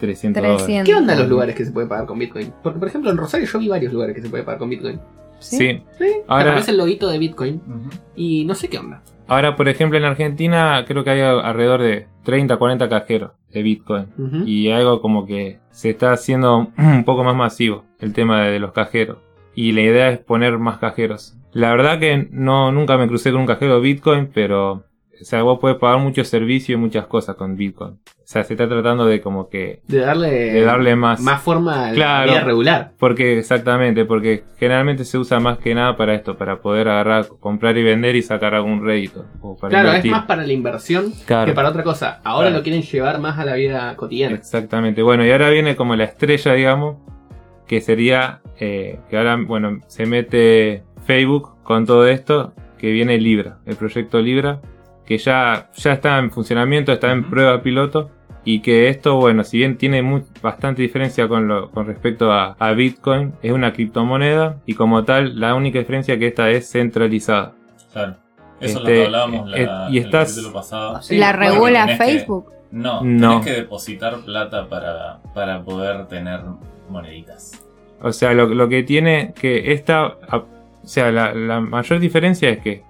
[SPEAKER 4] 300 dólares.
[SPEAKER 2] 300.
[SPEAKER 1] ¿Qué onda los lugares que se puede pagar con Bitcoin? Porque, por ejemplo, en Rosario yo vi varios lugares que se puede pagar con Bitcoin.
[SPEAKER 4] Sí.
[SPEAKER 1] Sí.
[SPEAKER 4] Ahora-
[SPEAKER 1] Ahora... Aparece el loguito de Bitcoin
[SPEAKER 3] Ujú.
[SPEAKER 1] y no sé qué onda.
[SPEAKER 4] Ahora, por ejemplo, en Argentina creo que hay a- alrededor de 30, 40 cajeros de Bitcoin.
[SPEAKER 1] Ujú.
[SPEAKER 4] y algo como que se está haciendo un poco más masivo el tema de los cajeros y la idea es poner más cajeros. La verdad que no nunca me crucé con un cajero Bitcoin, pero o sea, vos podés pagar muchos servicios y muchas cosas con Bitcoin. O sea, se está tratando de como que
[SPEAKER 1] De darle,
[SPEAKER 4] de darle más.
[SPEAKER 1] Eh, más forma a la
[SPEAKER 4] Claro.
[SPEAKER 1] vida regular.
[SPEAKER 4] Porque exactamente, porque generalmente se usa más que nada para esto, para poder agarrar, comprar y vender y sacar algún rédito o para
[SPEAKER 1] Claro,
[SPEAKER 4] invertir.
[SPEAKER 1] es más para la inversión
[SPEAKER 4] Claro.
[SPEAKER 1] que para otra cosa. Ahora
[SPEAKER 3] Claro.
[SPEAKER 1] lo quieren llevar más a la vida cotidiana.
[SPEAKER 4] Exactamente. Bueno, y ahora viene como la estrella, digamos, que sería eh, que ahora, bueno, se mete Facebook con todo esto, que viene Libra, el proyecto Libra, que ya, ya está en funcionamiento, está en
[SPEAKER 3] Ujú.
[SPEAKER 4] prueba piloto. Y que esto, bueno, si bien tiene mu- bastante diferencia con, lo, con respecto a, a Bitcoin, es una criptomoneda y como tal, la única diferencia es que esta es centralizada.
[SPEAKER 3] Claro. Eso es lo
[SPEAKER 4] Este,
[SPEAKER 3] que hablábamos la,
[SPEAKER 4] eh, y
[SPEAKER 3] en
[SPEAKER 4] estás-
[SPEAKER 3] el capítulo pasado.
[SPEAKER 1] Sí,
[SPEAKER 2] La
[SPEAKER 1] bueno,
[SPEAKER 2] regula
[SPEAKER 3] tenés que-
[SPEAKER 2] Facebook.
[SPEAKER 3] No,
[SPEAKER 4] No.
[SPEAKER 3] tenés que depositar plata para, para poder tener moneditas.
[SPEAKER 4] O sea, lo, lo que tiene que esta, a- o sea, la, la mayor diferencia es que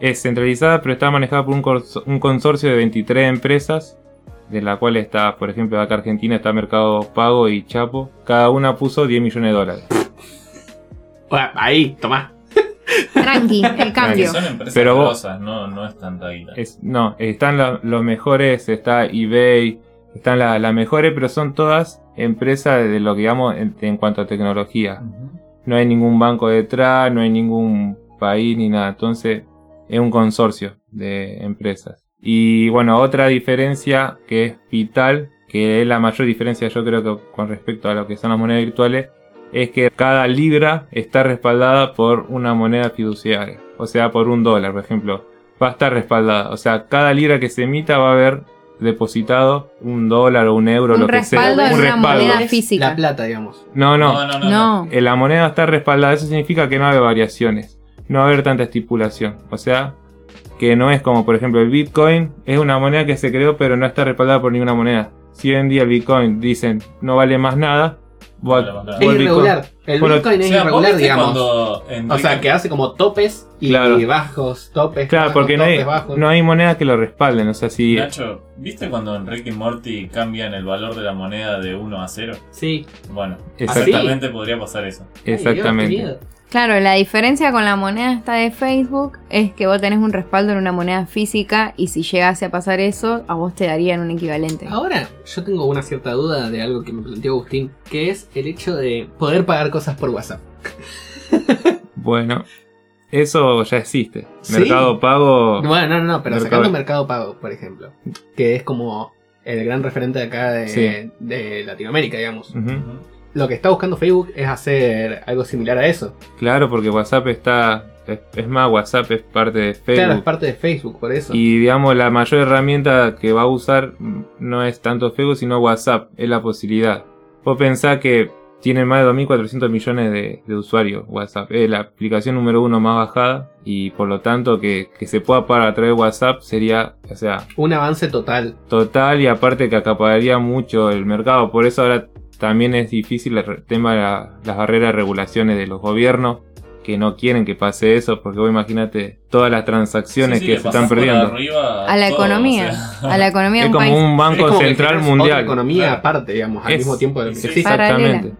[SPEAKER 4] es centralizada, pero está manejada por un, cons- un consorcio de 23 empresas, de la cual está, por ejemplo, acá Argentina está Mercado Pago y Chapo. Cada una puso 10 millones de dólares.
[SPEAKER 1] Bueno, ahí, tomá.
[SPEAKER 2] Tranqui, el
[SPEAKER 3] Que
[SPEAKER 2] cambio.
[SPEAKER 3] son empresas
[SPEAKER 4] Pero vos-
[SPEAKER 3] grosas, no, no es tanta guita.
[SPEAKER 4] Es- no, están la- los mejores, está eBay, están la- las mejores, pero son todas empresas de lo que digamos en, en cuanto a tecnología.
[SPEAKER 3] Ujú.
[SPEAKER 4] no hay ningún banco detrás, no hay ningún país ni nada. Entonces es un consorcio de empresas. Y bueno, otra diferencia que es vital, que es la mayor diferencia yo creo que con respecto a lo que son las monedas virtuales, es que cada libra está respaldada por una moneda fiduciaria. O sea, por un dólar, por ejemplo. Va a estar respaldada. O sea, cada libra que se emita va a haber depositado un dólar o un euro,
[SPEAKER 2] Un
[SPEAKER 4] lo que sea.
[SPEAKER 2] respaldo
[SPEAKER 1] de
[SPEAKER 4] un
[SPEAKER 1] una
[SPEAKER 4] respaldo.
[SPEAKER 2] moneda.
[SPEAKER 1] Es
[SPEAKER 2] física.
[SPEAKER 1] La plata, digamos.
[SPEAKER 4] no.
[SPEAKER 3] no, no. no, no.
[SPEAKER 2] No.
[SPEAKER 4] Eh, La moneda está respaldada, eso significa que no hay variaciones, no va a haber tanta estipulación. O sea, que no es como por ejemplo el Bitcoin, es una moneda que se creó pero no está respaldada por ninguna moneda. Si hoy en día el Bitcoin dicen no vale más nada, vos-
[SPEAKER 3] vale más nada.
[SPEAKER 4] vos
[SPEAKER 1] Es
[SPEAKER 4] el
[SPEAKER 1] irregular. El
[SPEAKER 4] Bueno,
[SPEAKER 1] Bitcoin
[SPEAKER 3] O
[SPEAKER 1] es
[SPEAKER 3] sea, vos
[SPEAKER 1] irregular,
[SPEAKER 3] viste
[SPEAKER 1] digamos.
[SPEAKER 3] cuando
[SPEAKER 1] O
[SPEAKER 3] Enrique-
[SPEAKER 1] sea, que hace como topes y
[SPEAKER 4] Claro.
[SPEAKER 1] bajos, topes,
[SPEAKER 4] Claro,
[SPEAKER 1] bajos,
[SPEAKER 4] porque no hay,
[SPEAKER 1] topes, bajos.
[SPEAKER 4] no hay monedas que lo respalden, o sea, si...
[SPEAKER 1] Ah,
[SPEAKER 3] Nacho, ¿viste cuando Enrique y Morty cambian el valor de la moneda de 1 a 0?
[SPEAKER 1] Sí.
[SPEAKER 3] Bueno,
[SPEAKER 4] Exacta-
[SPEAKER 3] exactamente podría pasar eso.
[SPEAKER 1] Ay,
[SPEAKER 4] Exactamente.
[SPEAKER 1] Dios, qué miedo.
[SPEAKER 2] Claro, la diferencia con la moneda esta de Facebook es que vos tenés un respaldo en una moneda física y si llegase a pasar eso, a vos te darían un equivalente.
[SPEAKER 1] Ahora, yo tengo una cierta duda de algo que me planteó Agustín, que es el hecho de poder pagar cosas por WhatsApp.
[SPEAKER 4] Bueno, eso ya existe.
[SPEAKER 1] Sí.
[SPEAKER 4] Mercado Pago...
[SPEAKER 1] Bueno, no, no, no, pero
[SPEAKER 4] Mercado.
[SPEAKER 1] sacando Mercado Pago, por ejemplo, que es como el gran referente de acá de,
[SPEAKER 4] Sí.
[SPEAKER 1] de Latinoamérica, digamos.
[SPEAKER 4] Ujú.
[SPEAKER 3] Ujú.
[SPEAKER 1] Lo que está buscando Facebook es hacer algo similar a eso.
[SPEAKER 4] Claro, porque WhatsApp está... Es, es más, WhatsApp es parte de Facebook.
[SPEAKER 1] Claro, es parte de Facebook, por eso.
[SPEAKER 4] Y digamos, la mayor herramienta que va a usar mm, no es tanto Facebook, sino WhatsApp, es la posibilidad. Vos pensás que tiene más de 2.400 millones de, de usuarios WhatsApp, es la aplicación número uno más bajada y por lo tanto que, que se pueda pagar a través de WhatsApp sería, o sea,
[SPEAKER 1] Un avance total.
[SPEAKER 4] total y aparte que acapararía mucho el mercado. Por eso ahora también es difícil el re- tema de la- las barreras de regulaciones de los gobiernos, que no quieren que pase eso, porque vos imagínate todas las transacciones
[SPEAKER 3] Sí, sí,
[SPEAKER 4] que
[SPEAKER 3] le
[SPEAKER 4] se
[SPEAKER 3] pasás
[SPEAKER 4] están
[SPEAKER 3] por
[SPEAKER 4] perdiendo.
[SPEAKER 3] arriba
[SPEAKER 2] A la
[SPEAKER 3] todo,
[SPEAKER 2] economía.
[SPEAKER 3] o sea,
[SPEAKER 2] A la economía de
[SPEAKER 4] Es
[SPEAKER 2] un
[SPEAKER 4] como
[SPEAKER 2] país.
[SPEAKER 4] un
[SPEAKER 1] Es
[SPEAKER 4] banco
[SPEAKER 1] como que
[SPEAKER 4] central
[SPEAKER 1] generas
[SPEAKER 4] mundial.
[SPEAKER 1] Otra economía
[SPEAKER 3] Claro.
[SPEAKER 1] aparte, digamos, al
[SPEAKER 4] Es-
[SPEAKER 1] mismo tiempo de lo que
[SPEAKER 3] sí,
[SPEAKER 1] existe.
[SPEAKER 4] Exactamente,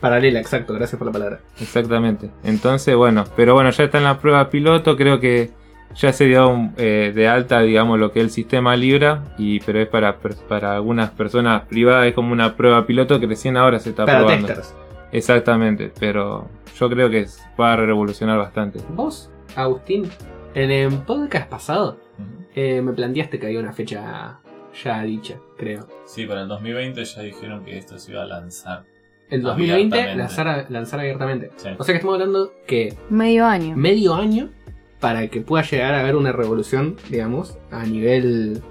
[SPEAKER 1] Paralela, exacto, gracias por la palabra.
[SPEAKER 4] exactamente. Entonces, bueno, pero bueno, ya está en la prueba piloto, creo que ya se dio un, eh, de alta, digamos, lo que es el sistema Libra, y pero es para, per- para algunas personas privadas, es como una prueba piloto que recién ahora se está
[SPEAKER 1] Para
[SPEAKER 4] probando.
[SPEAKER 1] testers.
[SPEAKER 4] Exactamente, pero yo creo que es- va a revolucionar bastante.
[SPEAKER 1] Vos, Agustín, en el podcast pasado
[SPEAKER 3] Ujú.
[SPEAKER 1] eh, me planteaste que había una fecha ya dicha, creo.
[SPEAKER 3] Sí, para el 2020 ya dijeron que esto se iba a lanzar.
[SPEAKER 1] El 2020
[SPEAKER 3] Abiertamente.
[SPEAKER 1] lanzar, lanzar abiertamente.
[SPEAKER 3] Sí.
[SPEAKER 1] O sea que estamos hablando que
[SPEAKER 2] Medio año.
[SPEAKER 1] medio año para que pueda llegar a haber una revolución, digamos, a nivel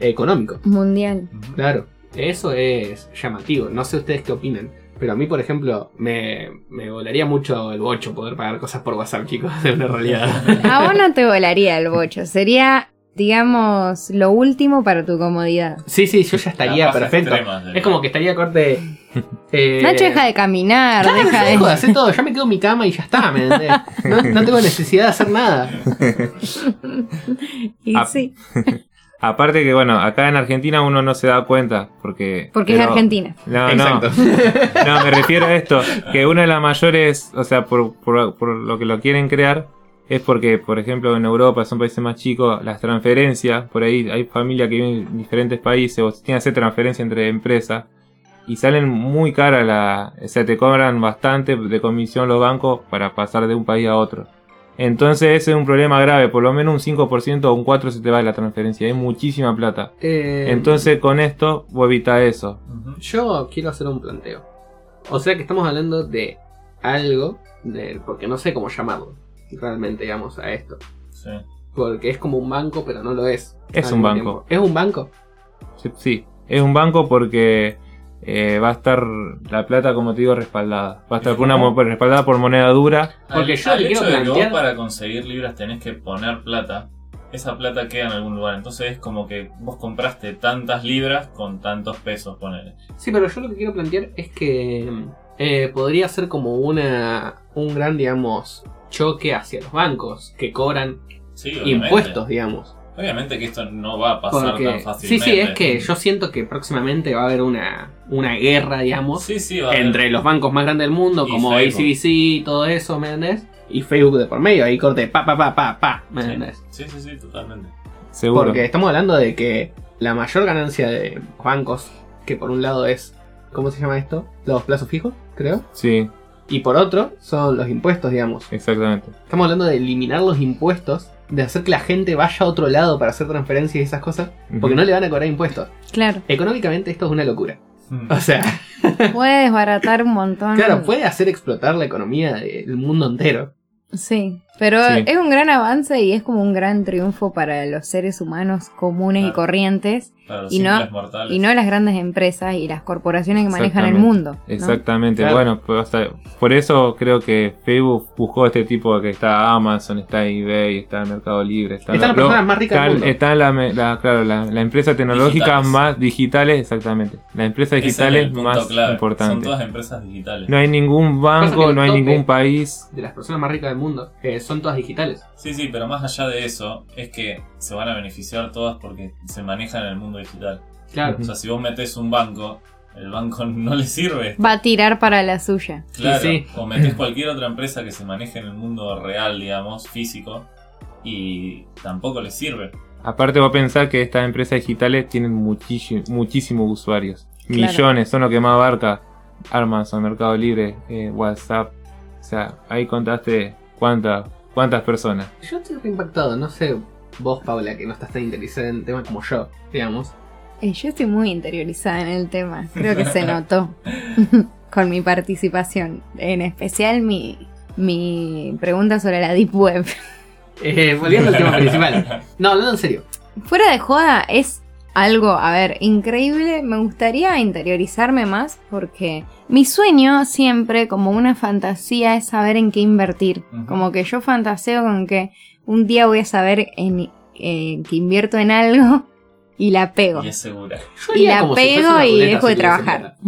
[SPEAKER 1] económico.
[SPEAKER 2] Mundial.
[SPEAKER 3] Ujú.
[SPEAKER 1] Claro, eso es llamativo. No sé ustedes qué opinan. Pero a mí, por ejemplo, me, me volaría mucho el bocho poder pagar cosas por WhatsApp, chicos, es una realidad.
[SPEAKER 2] A vos no te volaría el bocho. Sería, digamos, lo último para tu comodidad.
[SPEAKER 1] Sí, sí, yo ya
[SPEAKER 3] La
[SPEAKER 1] estaría
[SPEAKER 3] baja
[SPEAKER 1] perfecto.
[SPEAKER 3] extrema del-
[SPEAKER 1] Es como que estaría corte. Eh,
[SPEAKER 2] Nacho deja de caminar,
[SPEAKER 1] Claro,
[SPEAKER 2] deja
[SPEAKER 1] yo dejo de
[SPEAKER 2] de.
[SPEAKER 1] hacer todo, ya me quedo en mi cama y ya está, ¿me entendés? No, no tengo necesidad de hacer nada.
[SPEAKER 2] Y
[SPEAKER 4] Ah,
[SPEAKER 2] sí,
[SPEAKER 4] Aparte que, bueno, acá en Argentina uno no se da cuenta, porque...
[SPEAKER 2] porque es
[SPEAKER 4] pero-
[SPEAKER 2] Argentina.
[SPEAKER 4] No, no,
[SPEAKER 1] Exacto.
[SPEAKER 4] no, me refiero a esto, que una de las mayores, o sea, por, por- por lo que lo quieren crear, es porque, por ejemplo, en Europa son países más chicos, las transferencias, por ahí hay familias que viven en diferentes países, o tienen que hacer transferencia entre empresas, y salen muy caras, la, o sea, te cobran bastante de comisión los bancos para pasar de un país a otro. Entonces ese es un problema grave, por lo menos un 5% o un 4% se te va de la transferencia, es muchísima plata.
[SPEAKER 1] Eh,
[SPEAKER 4] Entonces con esto vos evitás eso.
[SPEAKER 3] Ujú.
[SPEAKER 1] Yo quiero hacer un planteo. O sea que estamos hablando de algo, de- porque no sé cómo llamarlo realmente, digamos, a esto.
[SPEAKER 3] Sí.
[SPEAKER 1] Porque es como un banco, pero no lo es.
[SPEAKER 4] Es
[SPEAKER 1] Al
[SPEAKER 4] un
[SPEAKER 1] mismo
[SPEAKER 4] banco.
[SPEAKER 1] tiempo. ¿Es un banco?
[SPEAKER 4] Sí, sí, es un banco porque eh, va a estar la plata, como te digo, respaldada. Va a estar por una mo- respaldada por moneda dura.
[SPEAKER 1] Porque
[SPEAKER 3] Al-
[SPEAKER 1] yo
[SPEAKER 3] al
[SPEAKER 1] le quiero
[SPEAKER 3] hecho de que vos
[SPEAKER 1] plantear-
[SPEAKER 3] para conseguir libras tenés que poner plata, esa plata queda en algún lugar. Entonces es como que vos compraste tantas libras con tantos pesos, ponele.
[SPEAKER 1] Sí, pero yo lo que quiero plantear es que eh, podría ser como una un gran, digamos, choque hacia los bancos que cobran
[SPEAKER 3] Sí, obviamente.
[SPEAKER 1] impuestos, digamos.
[SPEAKER 3] Obviamente que esto no va a pasar tan
[SPEAKER 1] Porque, sí,
[SPEAKER 3] fácilmente.
[SPEAKER 1] sí, es que yo siento que próximamente va a haber una, una guerra, digamos,
[SPEAKER 3] Sí, sí, va a haber-
[SPEAKER 1] entre los bancos más grandes del mundo,
[SPEAKER 3] Y
[SPEAKER 1] como
[SPEAKER 3] Facebook.
[SPEAKER 1] ACBC y todo eso, ¿me entendés? Y Facebook de por medio, ahí corte pa, pa, pa, pa, pa, ¿me entendés?
[SPEAKER 3] Sí, sí, sí, totalmente.
[SPEAKER 4] Seguro.
[SPEAKER 1] Porque estamos hablando de que la mayor ganancia de los bancos, que por un lado es, ¿cómo se llama esto? Los plazos fijos, creo.
[SPEAKER 4] Sí,
[SPEAKER 1] Y por otro, son los impuestos, digamos.
[SPEAKER 4] exactamente.
[SPEAKER 1] Estamos hablando de eliminar los impuestos, de hacer que la gente vaya a otro lado para hacer transferencias y esas cosas, porque
[SPEAKER 4] Ujú.
[SPEAKER 1] no le van a cobrar impuestos.
[SPEAKER 2] Claro.
[SPEAKER 1] Económicamente esto es una locura.
[SPEAKER 3] Mm.
[SPEAKER 1] O sea,
[SPEAKER 2] Puede desbaratar un
[SPEAKER 3] Ah.
[SPEAKER 2] montón.
[SPEAKER 1] claro, puede hacer explotar la economía del mundo entero.
[SPEAKER 2] Sí. Pero
[SPEAKER 4] Sí.
[SPEAKER 2] es un gran avance y es como un gran triunfo para los seres humanos comunes y
[SPEAKER 3] Claro.
[SPEAKER 2] corrientes
[SPEAKER 3] Para los
[SPEAKER 2] Y no-
[SPEAKER 3] simples mortales.
[SPEAKER 2] y no las grandes empresas y las corporaciones que manejan el
[SPEAKER 4] Exactamente.
[SPEAKER 2] mundo. ¿no?
[SPEAKER 4] Exactamente.
[SPEAKER 1] Claro.
[SPEAKER 4] Bueno, pues, hasta- por eso creo que Facebook buscó este tipo de que está Amazon, está eBay, está Mercado Libre, está
[SPEAKER 1] Están las
[SPEAKER 4] lo-
[SPEAKER 1] personas más ricas del
[SPEAKER 4] están-
[SPEAKER 1] mundo.
[SPEAKER 3] eh.
[SPEAKER 4] están la, me- la- claro, la, la empresa tecnológica
[SPEAKER 3] Digitales.
[SPEAKER 4] más digitales, exactamente. La empresa
[SPEAKER 3] Ese es
[SPEAKER 4] digital
[SPEAKER 3] el
[SPEAKER 4] es
[SPEAKER 3] punto
[SPEAKER 4] más
[SPEAKER 3] clave. Son
[SPEAKER 4] importante.
[SPEAKER 3] todas empresas digitales.
[SPEAKER 4] No hay ningún
[SPEAKER 1] Pasa que
[SPEAKER 4] banco,
[SPEAKER 1] el
[SPEAKER 4] no hay
[SPEAKER 1] tope-
[SPEAKER 4] ningún país
[SPEAKER 1] De las personas más ricas del mundo. eh, son todas digitales.
[SPEAKER 3] Sí, sí, pero más allá de eso, es que se van a beneficiar todas porque se manejan en el mundo digital.
[SPEAKER 1] Claro.
[SPEAKER 3] O sea, si vos metes un banco, el banco no le sirve.
[SPEAKER 2] Va a tirar para la suya.
[SPEAKER 3] Claro,
[SPEAKER 1] sí.
[SPEAKER 3] o metes cualquier otra empresa que se maneje en el mundo real, digamos, físico, y tampoco le sirve.
[SPEAKER 4] Aparte vos pensás que estas empresas digitales tienen muchísimo, muchísimos usuarios.
[SPEAKER 2] Claro.
[SPEAKER 4] Millones, son lo que más abarca Amazon, Mercado Libre, eh, WhatsApp. O sea, ahí contaste cuántas cuántas personas.
[SPEAKER 1] Yo estoy re impactado, no sé vos, Paula, que no estás tan interesada en el tema como yo, digamos.
[SPEAKER 2] Eh, yo estoy muy interiorizada en el tema. Creo que se notó con mi participación. En especial mi, mi pregunta sobre la Deep Web.
[SPEAKER 1] Eh, volviendo al tema principal. No, hablando en serio.
[SPEAKER 2] Fuera de joda, es algo, a ver, increíble. Me gustaría interiorizarme más porque mi sueño siempre, como una fantasía, es saber en qué invertir.
[SPEAKER 3] Ujú.
[SPEAKER 2] Como que yo fantaseo con que un día voy a saber en, eh, que invierto en algo y la pego.
[SPEAKER 3] Y es segura.
[SPEAKER 1] Yo
[SPEAKER 2] Y
[SPEAKER 1] haría
[SPEAKER 2] la
[SPEAKER 1] como si fuese
[SPEAKER 2] pego
[SPEAKER 1] una
[SPEAKER 2] y
[SPEAKER 1] ruleta
[SPEAKER 2] dejo de
[SPEAKER 1] si tuviese
[SPEAKER 2] trabajar.
[SPEAKER 1] plata.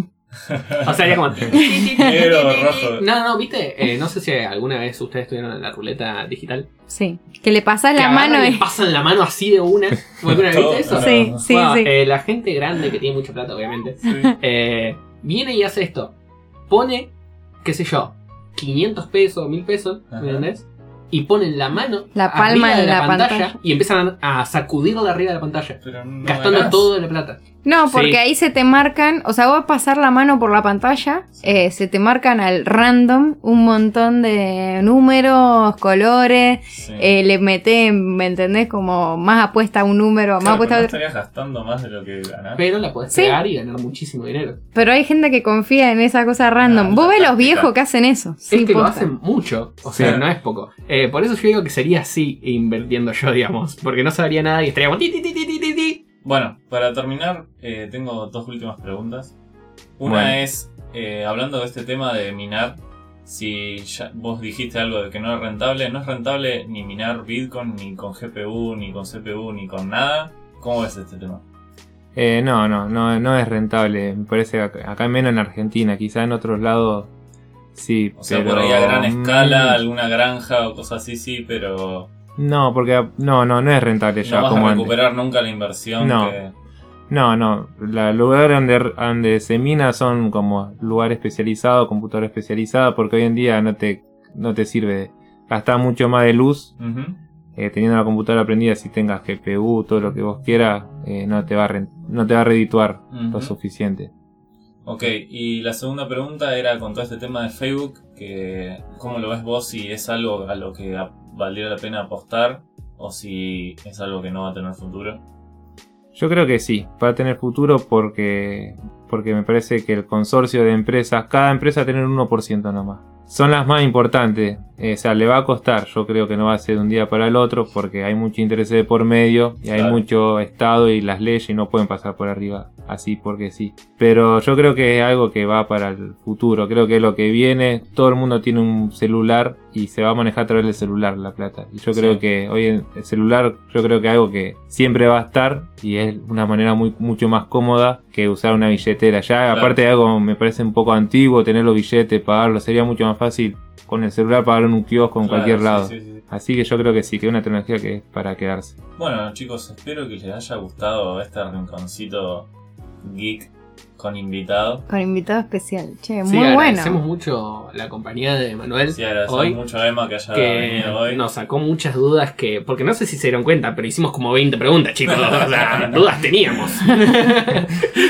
[SPEAKER 5] O sea, era como.
[SPEAKER 3] Negro, rojo.
[SPEAKER 1] No, no, viste, Eh, no sé si alguna vez ustedes estuvieron en la ruleta digital.
[SPEAKER 2] Sí. Que le pasas
[SPEAKER 1] Que
[SPEAKER 2] la
[SPEAKER 1] agarran
[SPEAKER 2] mano
[SPEAKER 1] y
[SPEAKER 2] y.
[SPEAKER 1] pasan la mano así de una. ¿Alguna vez viste eso?
[SPEAKER 3] Todo.
[SPEAKER 2] Sí, sí,
[SPEAKER 1] Bueno,
[SPEAKER 2] sí.
[SPEAKER 1] eh, la gente grande que tiene mucha plata, obviamente,
[SPEAKER 3] Sí.
[SPEAKER 1] eh, viene y hace esto. Pone, qué sé yo, 500 pesos, 1000 pesos, ¿me
[SPEAKER 3] Ajá.
[SPEAKER 1] entendés? Y ponen la mano
[SPEAKER 2] La palma
[SPEAKER 1] arriba
[SPEAKER 2] en
[SPEAKER 1] de la,
[SPEAKER 2] la
[SPEAKER 1] pantalla,
[SPEAKER 2] pantalla.
[SPEAKER 1] y empiezan a sacudirla arriba de la pantalla,
[SPEAKER 3] Pero no
[SPEAKER 1] gastando
[SPEAKER 3] ganás.
[SPEAKER 1] todo la plata.
[SPEAKER 2] No, porque
[SPEAKER 1] Sí.
[SPEAKER 2] ahí se te marcan, o sea, vos a pasar la mano por la pantalla, eh, se te marcan al random un montón de números, colores,
[SPEAKER 3] Sí.
[SPEAKER 2] eh, le meten, ¿me entendés? Como más apuesta a un número, más
[SPEAKER 3] Claro,
[SPEAKER 2] apuesta
[SPEAKER 3] pero
[SPEAKER 2] a
[SPEAKER 3] no
[SPEAKER 2] otro.
[SPEAKER 3] estarías gastando más de lo que ganás.
[SPEAKER 1] Pero la podés
[SPEAKER 2] Sí.
[SPEAKER 1] pegar y ganar muchísimo dinero.
[SPEAKER 2] Pero hay gente que confía en esa cosa
[SPEAKER 3] Ah,
[SPEAKER 2] random.
[SPEAKER 3] la
[SPEAKER 2] Vos ves los
[SPEAKER 3] táctica.
[SPEAKER 2] viejos que hacen eso.
[SPEAKER 1] es
[SPEAKER 2] Sí,
[SPEAKER 1] que lo
[SPEAKER 2] posta.
[SPEAKER 1] hacen mucho, o sea,
[SPEAKER 3] Sí.
[SPEAKER 1] no es poco. Eh, por eso yo digo que sería así invirtiendo yo, digamos, porque no sabría nada y estaría como... ti, ti, ti, ti, ti, ti, ti.
[SPEAKER 3] Bueno, para terminar, eh, tengo dos últimas preguntas. Una
[SPEAKER 4] Bueno.
[SPEAKER 3] es, eh, hablando de este tema de minar, si ya vos dijiste algo de que no es rentable, no es rentable ni minar Bitcoin, ni con GPU, ni con CPU, ni con nada. ¿Cómo ves este tema?
[SPEAKER 4] Eh, no, no, no, no es rentable. Me parece acá, acá menos en Argentina, quizá en otros lados sí.
[SPEAKER 3] O sea,
[SPEAKER 4] pero-
[SPEAKER 3] por ahí a gran escala,
[SPEAKER 4] Mm,
[SPEAKER 3] alguna granja o cosas así, sí, pero
[SPEAKER 4] No, porque no, no, no es rentable ya
[SPEAKER 3] no vas
[SPEAKER 4] como
[SPEAKER 3] a
[SPEAKER 4] antes.
[SPEAKER 3] recuperar nunca la inversión.
[SPEAKER 4] No.
[SPEAKER 3] que-
[SPEAKER 4] No, no. Los lugares donde, donde se mina son como lugar especializado, computadora especializada, porque hoy en día no te, no te sirve. Gastar mucho más de luz
[SPEAKER 3] Ujú.
[SPEAKER 4] eh, teniendo la computadora prendida. Si tengas GPU, todo lo que vos quieras, eh, no, te va a ren- no te va a redituar lo
[SPEAKER 3] Ujú.
[SPEAKER 4] suficiente.
[SPEAKER 3] Ok, y la segunda pregunta era con todo este tema de Facebook, que ¿cómo lo ves vos si es algo a lo que a- valdría la pena apostar o si es algo que no va a tener futuro?
[SPEAKER 4] Yo creo que sí, va a tener futuro porque, porque me parece que el consorcio de empresas, cada empresa va a tener un 1% nomás. Son las más importantes, eh, o sea, le va a costar, yo creo que no va a ser de un día para el otro porque hay mucho interés de por medio y hay
[SPEAKER 3] Claro.
[SPEAKER 4] mucho Estado y las leyes no pueden pasar por arriba así porque sí. Pero yo creo que es algo que va para el futuro, creo que lo que viene, todo el mundo tiene un celular y se va a manejar a través del celular la plata. Y yo
[SPEAKER 3] Sí.
[SPEAKER 4] creo que hoy en- el celular, yo creo que es algo que siempre va a estar y es una manera muy, mucho más cómoda que usar una billetera. Ya aparte de algo me parece un poco antiguo, tener los billetes, pagarlo, sería mucho más fácil con el celular pagarlo en un kiosco en
[SPEAKER 3] Claro,
[SPEAKER 4] cualquier
[SPEAKER 3] sí,
[SPEAKER 4] lado.
[SPEAKER 3] sí, sí.
[SPEAKER 4] Así que yo creo que sí, que es una tecnología que es para quedarse.
[SPEAKER 3] Bueno chicos, espero que les haya gustado este rinconcito geek con invitado.
[SPEAKER 2] Con invitado especial. Che,
[SPEAKER 1] Sí,
[SPEAKER 2] muy
[SPEAKER 1] agradecemos
[SPEAKER 2] bueno.
[SPEAKER 1] mucho la compañía de Manuel.
[SPEAKER 3] Sí, agradecemos
[SPEAKER 1] Hoy,
[SPEAKER 3] mucho a Emma que haya
[SPEAKER 1] que
[SPEAKER 3] venido hoy.
[SPEAKER 1] nos sacó muchas dudas que, porque no sé si se dieron cuenta, pero hicimos como 20 preguntas, chicos. O sea, dudas teníamos.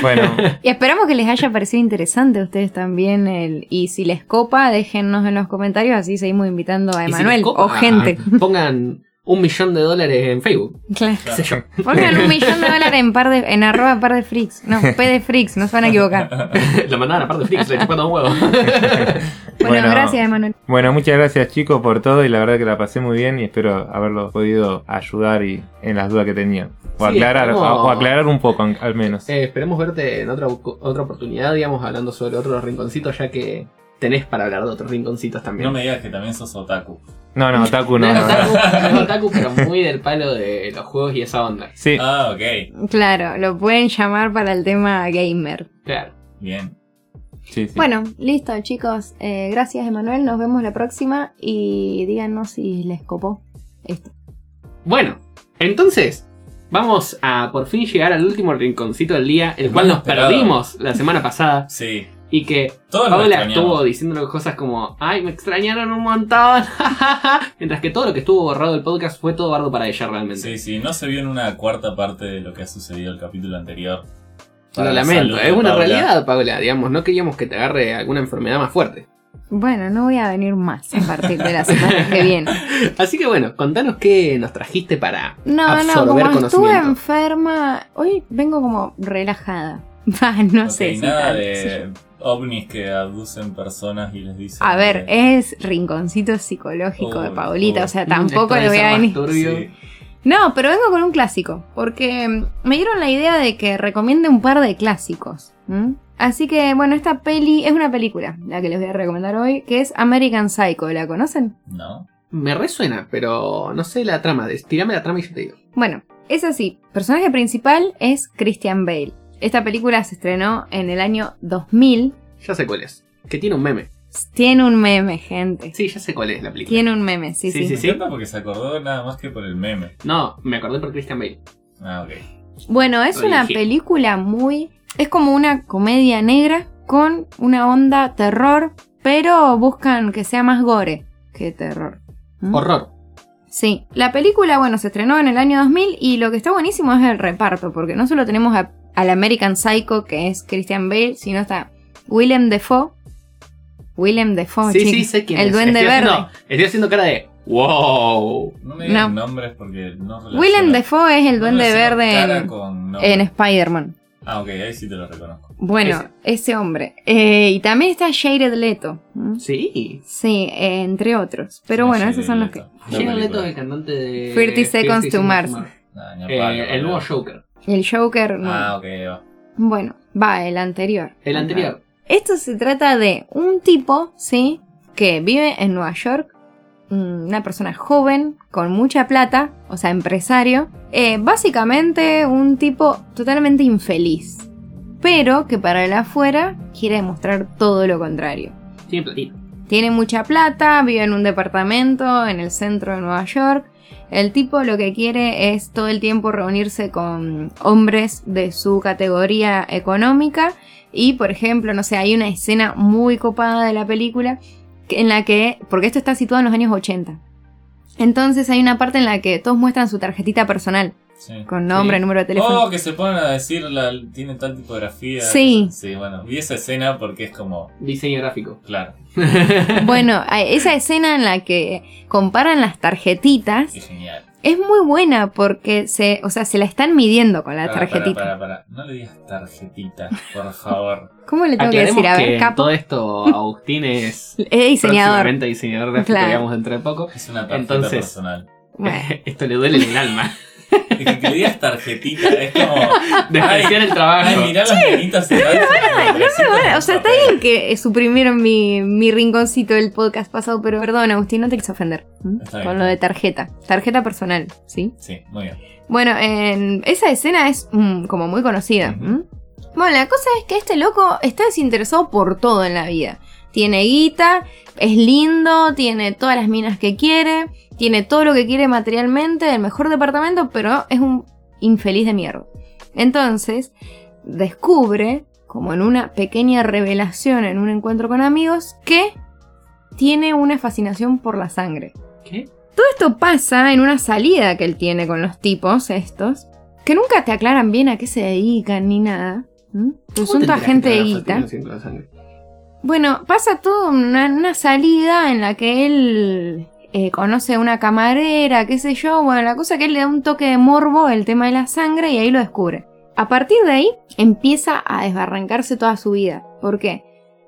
[SPEAKER 4] Bueno,
[SPEAKER 2] Y esperamos que les haya parecido interesante a ustedes también. El, y si les copa, déjennos en los comentarios, así seguimos invitando a
[SPEAKER 1] Y si les
[SPEAKER 2] Emanuel
[SPEAKER 1] copa,
[SPEAKER 2] o gente.
[SPEAKER 1] Pongan un millón de dólares en Facebook.
[SPEAKER 2] Claro.
[SPEAKER 1] qué sé yo.
[SPEAKER 2] Pongan un millón de dólares en, par de, en arroba par de freaks. No, P de freaks, no se van a equivocar.
[SPEAKER 1] Lo mandaban a par de Flix, le chupaban un huevo.
[SPEAKER 2] Bueno,
[SPEAKER 4] Bueno.
[SPEAKER 2] gracias, Emanuel.
[SPEAKER 4] bueno, muchas gracias chicos por todo y la verdad que la pasé muy bien y espero haberlo podido ayudar y en las dudas que tenían. O
[SPEAKER 1] Sí,
[SPEAKER 4] aclarar,
[SPEAKER 1] estamos-
[SPEAKER 4] o- o aclarar un poco an- al menos.
[SPEAKER 1] Eh, esperemos verte en otra, otra oportunidad, digamos, hablando sobre otros rinconcitos, ya que tenés para hablar de otros rinconcitos también.
[SPEAKER 3] No me digas que también sos otaku.
[SPEAKER 4] No, no, Taku no.
[SPEAKER 1] No,
[SPEAKER 4] no, no.
[SPEAKER 1] otaku, no, otaku, pero muy del palo de los juegos y esa onda.
[SPEAKER 4] Sí,
[SPEAKER 3] Ah, ok,
[SPEAKER 2] Claro, lo pueden llamar para el tema gamer.
[SPEAKER 1] Claro.
[SPEAKER 3] bien.
[SPEAKER 4] sí, sí.
[SPEAKER 2] Bueno, listo, chicos. Eh, gracias, Emanuel. Nos vemos la próxima y díganos si les copó esto.
[SPEAKER 1] Bueno, entonces vamos a por fin llegar al último rinconcito del día, el cual
[SPEAKER 3] Más
[SPEAKER 1] nos
[SPEAKER 3] esperado.
[SPEAKER 1] perdimos la semana pasada
[SPEAKER 3] Sí,
[SPEAKER 1] y que
[SPEAKER 3] todos nos
[SPEAKER 1] Paula
[SPEAKER 3] extrañamos.
[SPEAKER 1] estuvo diciéndonos cosas como, ay, me extrañaron un montón. Mientras que todo lo que estuvo borrado del podcast fue todo bardo para ella realmente.
[SPEAKER 3] Sí, sí, no se vio en una cuarta parte de lo que ha sucedido el capítulo anterior.
[SPEAKER 1] Lo
[SPEAKER 3] Para la
[SPEAKER 1] lamento,
[SPEAKER 3] salud
[SPEAKER 1] es
[SPEAKER 3] de
[SPEAKER 1] una
[SPEAKER 3] Paula.
[SPEAKER 1] realidad, Paula. Digamos, no queríamos que te agarre alguna enfermedad más fuerte.
[SPEAKER 2] Bueno, no voy a venir más a partir de la semana que viene.
[SPEAKER 1] Así que bueno, contanos qué nos trajiste para
[SPEAKER 2] No, no,
[SPEAKER 1] absorber
[SPEAKER 2] como estuve
[SPEAKER 1] conocimiento.
[SPEAKER 2] enferma, hoy vengo como relajada. Ah, no
[SPEAKER 3] Ok,
[SPEAKER 2] sé. si
[SPEAKER 3] nada
[SPEAKER 2] tanto, sí.
[SPEAKER 3] de ovnis que abducen personas y les dicen.
[SPEAKER 2] A ver,
[SPEAKER 3] que-
[SPEAKER 2] es rinconcito psicológico de
[SPEAKER 3] Uy,
[SPEAKER 2] Paulita,
[SPEAKER 3] uy.
[SPEAKER 2] o sea,
[SPEAKER 1] Mm, esto
[SPEAKER 2] tampoco le
[SPEAKER 1] debe
[SPEAKER 2] voy
[SPEAKER 1] ser
[SPEAKER 2] a
[SPEAKER 1] más
[SPEAKER 2] venir.
[SPEAKER 1] turbio.
[SPEAKER 3] Sí.
[SPEAKER 2] No, pero vengo con un clásico, porque mm, me dieron la idea de que recomiende un par de clásicos. ¿m? Así que, bueno, esta peli es una película, la que les voy a recomendar hoy, que es American Psycho, ¿la conocen?
[SPEAKER 3] No.
[SPEAKER 1] Me resuena, pero no sé la trama. Estirame la trama y yo te digo.
[SPEAKER 2] Bueno, es así, personaje principal es Christian Bale. Esta película se estrenó en el año 2000.
[SPEAKER 1] Ya sé cuál es. Que tiene un meme.
[SPEAKER 2] Tiene un meme, gente.
[SPEAKER 1] Sí, ya sé cuál es la película.
[SPEAKER 2] Tiene un meme, sí, sí.
[SPEAKER 1] Sí,
[SPEAKER 3] Me
[SPEAKER 1] sí.
[SPEAKER 3] encanta porque se acordó nada más que por el meme.
[SPEAKER 1] No, me acordé por Christian Bale.
[SPEAKER 3] Ah, ok.
[SPEAKER 2] Bueno, es
[SPEAKER 1] Lo
[SPEAKER 2] una
[SPEAKER 1] dije.
[SPEAKER 2] película muy... Es como una comedia negra con una onda terror, pero buscan que sea más gore que terror. ¿Mm?
[SPEAKER 1] Horror.
[SPEAKER 2] Sí, la película, bueno, se estrenó en el año 2000 y lo que está buenísimo es el reparto, porque no solo tenemos a- al American Psycho, que es Christian Bale, sino está Willem Dafoe. Willem Dafoe,
[SPEAKER 1] sí,
[SPEAKER 2] chicos.
[SPEAKER 1] sí, sé quién
[SPEAKER 2] Oh, El
[SPEAKER 1] es.
[SPEAKER 2] Duende
[SPEAKER 1] estoy
[SPEAKER 2] Verde.
[SPEAKER 1] Haciendo, estoy haciendo cara de. ¡Wow!
[SPEAKER 3] No me digan
[SPEAKER 2] No.
[SPEAKER 3] nombres porque no relaciono-
[SPEAKER 2] Willem Dafoe es el
[SPEAKER 3] no
[SPEAKER 2] duende
[SPEAKER 3] relaciono
[SPEAKER 2] verde
[SPEAKER 3] cara
[SPEAKER 2] en,
[SPEAKER 3] con nombre.
[SPEAKER 2] en Spider-Man.
[SPEAKER 3] Ah, ok, ahí sí te lo reconozco.
[SPEAKER 2] Bueno, ese hombre. Eh, y también está Jared Leto. ¿Mm? ¿m?
[SPEAKER 1] Sí.
[SPEAKER 2] Sí, eh, entre otros. Pero
[SPEAKER 3] No
[SPEAKER 2] bueno,
[SPEAKER 3] sé,
[SPEAKER 2] esos son los que...
[SPEAKER 3] Leto.
[SPEAKER 1] Jared
[SPEAKER 3] No,
[SPEAKER 1] Leto
[SPEAKER 3] película.
[SPEAKER 1] es el cantante de.
[SPEAKER 2] 30 Seconds to Mars.
[SPEAKER 3] Nah, ni a
[SPEAKER 1] Eh,
[SPEAKER 3] palo,
[SPEAKER 1] el nuevo
[SPEAKER 3] boludo.
[SPEAKER 1] Joker.
[SPEAKER 2] El Joker, no.
[SPEAKER 3] Ah, ok, ahí va.
[SPEAKER 2] Bueno, va, el anterior.
[SPEAKER 1] El anterior.
[SPEAKER 2] Esto se trata de un tipo, ¿sí? Que vive en Nueva York, mm, una persona joven, con mucha plata, o sea, empresario. Eh, básicamente un tipo totalmente infeliz, pero que para el afuera quiere demostrar todo lo contrario.
[SPEAKER 1] Tiene platito.
[SPEAKER 2] Tiene mucha plata, vive en un departamento en el centro de Nueva York. El tipo lo que quiere es todo el tiempo reunirse con hombres de su categoría económica. Y por ejemplo, no sé, hay una escena muy copada de la película que- en la que, porque esto está situado en los años 80. Entonces hay una parte en la que todos muestran su tarjetita personal,
[SPEAKER 3] Sí.
[SPEAKER 2] con nombre,
[SPEAKER 1] Sí.
[SPEAKER 2] número de teléfono.
[SPEAKER 3] Oh, que se ponen a decir, la, tiene tal tipografía.
[SPEAKER 2] Sí.
[SPEAKER 3] Sí, bueno, vi esa escena porque es como,
[SPEAKER 1] Diseño gráfico.
[SPEAKER 3] claro,
[SPEAKER 2] Bueno, hay- esa escena en la que comparan las tarjetitas
[SPEAKER 3] es genial.
[SPEAKER 2] Es muy buena porque se, o sea, se la están midiendo con la
[SPEAKER 3] Para,
[SPEAKER 2] tarjetita.
[SPEAKER 3] Para, para, para. No le digas tarjetita, por favor.
[SPEAKER 2] ¿Cómo le tengo que
[SPEAKER 1] Aclaremos
[SPEAKER 2] decir? A ver,
[SPEAKER 1] que
[SPEAKER 2] capo.
[SPEAKER 1] todo esto Agustín es
[SPEAKER 2] Es diseñador.
[SPEAKER 1] próximamente diseñador gráfico,
[SPEAKER 2] Claro.
[SPEAKER 1] digamos, dentro de poco.
[SPEAKER 3] Es una tarjeta
[SPEAKER 1] Entonces-
[SPEAKER 3] personal.
[SPEAKER 2] Bueno,
[SPEAKER 1] Esto le duele en el alma.
[SPEAKER 3] Es que, que digas tarjetita, es como,
[SPEAKER 1] Despreciar el
[SPEAKER 3] ay,
[SPEAKER 1] trabajo.
[SPEAKER 3] mirá las manitas. No,
[SPEAKER 2] bueno, o sea, está bien que suprimieron mi, mi rinconcito del podcast pasado, pero perdón, Agustín, no te quise ofender. ¿m?
[SPEAKER 3] Está bien.
[SPEAKER 2] Con lo de tarjeta. Tarjeta personal, ¿sí?
[SPEAKER 3] Sí, muy bien.
[SPEAKER 2] Bueno, en- esa escena es mm, como muy conocida.
[SPEAKER 3] Ujú.
[SPEAKER 2] ¿m? Bueno, la cosa es que este loco está desinteresado por todo en la vida. Tiene guita, es lindo, tiene todas las minas que quiere, tiene todo lo que quiere materialmente, el mejor departamento, pero es un infeliz de mierda. Entonces, descubre, como en una pequeña revelación en un encuentro con amigos, que tiene una fascinación por la sangre.
[SPEAKER 1] ¿Qué?
[SPEAKER 2] Todo esto pasa en una salida que él tiene con los tipos estos, que nunca te aclaran bien a qué se dedican ni nada. ¿Mm? Pues son toda gente de guita. Bueno, pasa todo en una, una salida en la que él eh, conoce a una camarera, qué sé yo. Bueno, la cosa que él le da un toque de morbo el tema de la sangre y ahí lo descubre. A partir de ahí empieza a desbarrancarse toda su vida. ¿Por qué?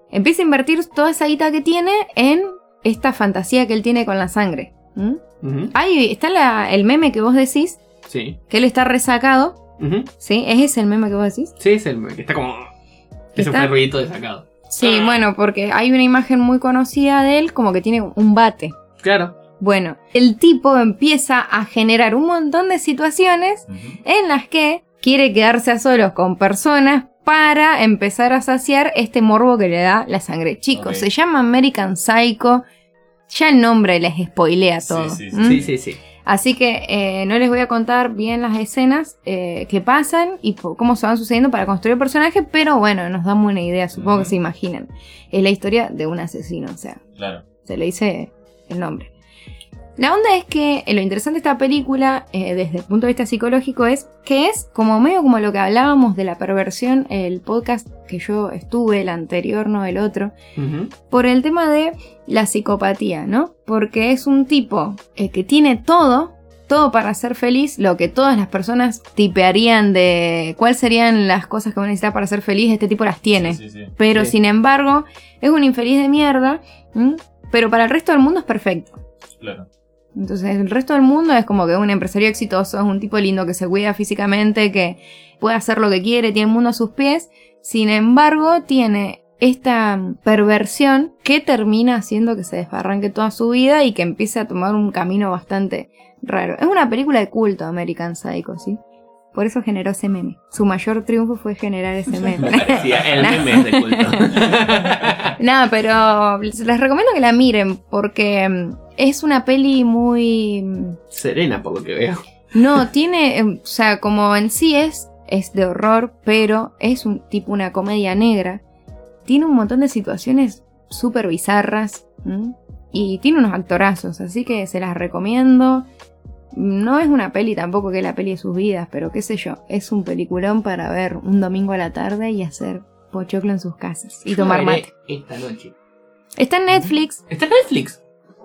[SPEAKER 2] Empieza a invertir toda esa guita que tiene en esta fantasía que él tiene con la sangre. ¿Mm?
[SPEAKER 1] Ujú,
[SPEAKER 2] Ahí está la- el meme que vos decís,
[SPEAKER 1] Sí.
[SPEAKER 2] que él está resacado,
[SPEAKER 1] Ujú,
[SPEAKER 2] ¿sí? ¿Es ese el meme que vos decís?
[SPEAKER 1] Sí, es el que está como. Ese
[SPEAKER 2] Está-
[SPEAKER 1] fue el ruidito destacado.
[SPEAKER 2] Sí, bueno, porque hay una imagen muy conocida de él, como que tiene un bate.
[SPEAKER 1] Claro.
[SPEAKER 2] Bueno, el tipo empieza a generar un montón de situaciones
[SPEAKER 3] Ujú.
[SPEAKER 2] en las que quiere quedarse a solos con personas para empezar a saciar este morbo que le da la sangre. Chicos,
[SPEAKER 3] Ok.
[SPEAKER 2] se llama American Psycho. Ya el nombre les spoilea
[SPEAKER 3] Sí,
[SPEAKER 2] todo.
[SPEAKER 3] sí, sí,
[SPEAKER 2] ¿Mm?
[SPEAKER 1] Sí, sí, sí.
[SPEAKER 2] Así que eh, no les voy a contar bien las escenas eh, que pasan y po- cómo se van sucediendo para construir el personaje, pero bueno, nos damos una idea, supongo que
[SPEAKER 3] Ujú.
[SPEAKER 2] se imaginan. Es la historia de un asesino, o sea,
[SPEAKER 3] Claro.
[SPEAKER 2] se le dice el nombre. La onda es que eh, lo interesante de esta película, eh, desde el punto de vista psicológico, es que es como medio como lo que hablábamos de la perversión, el podcast que yo estuve, el anterior, no el otro,
[SPEAKER 1] Ujú,
[SPEAKER 2] por el tema de la psicopatía, ¿no? Porque es un tipo eh, que tiene todo, todo para ser feliz, lo que todas las personas tipearían de cuáles serían las cosas que uno necesita para ser feliz, este tipo las tiene.
[SPEAKER 3] Sí, sí, sí.
[SPEAKER 2] Pero
[SPEAKER 1] Sí.
[SPEAKER 2] sin embargo, es un infeliz de mierda, ¿m? pero para el resto del mundo es perfecto.
[SPEAKER 3] Claro.
[SPEAKER 2] Entonces el resto del mundo es como que un empresario exitoso, es un tipo lindo que se cuida físicamente, que puede hacer lo que quiere, tiene el mundo a sus pies. Sin embargo, tiene esta perversión que termina haciendo que se desbarranque toda su vida y que empiece a tomar un camino bastante raro. Es una película de culto, American Psycho, ¿sí? Por eso generó ese meme. Su mayor triunfo fue generar ese meme.
[SPEAKER 5] Sí, el meme es de culto.
[SPEAKER 2] Nada, pero les recomiendo que la miren porque mm, es una peli muy... mm,
[SPEAKER 1] Serena, por lo que veo.
[SPEAKER 2] No, tiene, em, o sea, como en sí es, es de horror, pero es un tipo una comedia negra. Tiene un montón de situaciones súper bizarras ¿m? y tiene unos actorazos, así que se las recomiendo. No es una peli tampoco que es la peli de sus vidas, pero qué sé yo, es un peliculón para ver un domingo a la tarde y hacer pochoclo en sus casas y tomar
[SPEAKER 5] Yo la veré
[SPEAKER 2] mate.
[SPEAKER 5] Esta noche.
[SPEAKER 2] Está en Netflix,
[SPEAKER 5] Está en Netflix.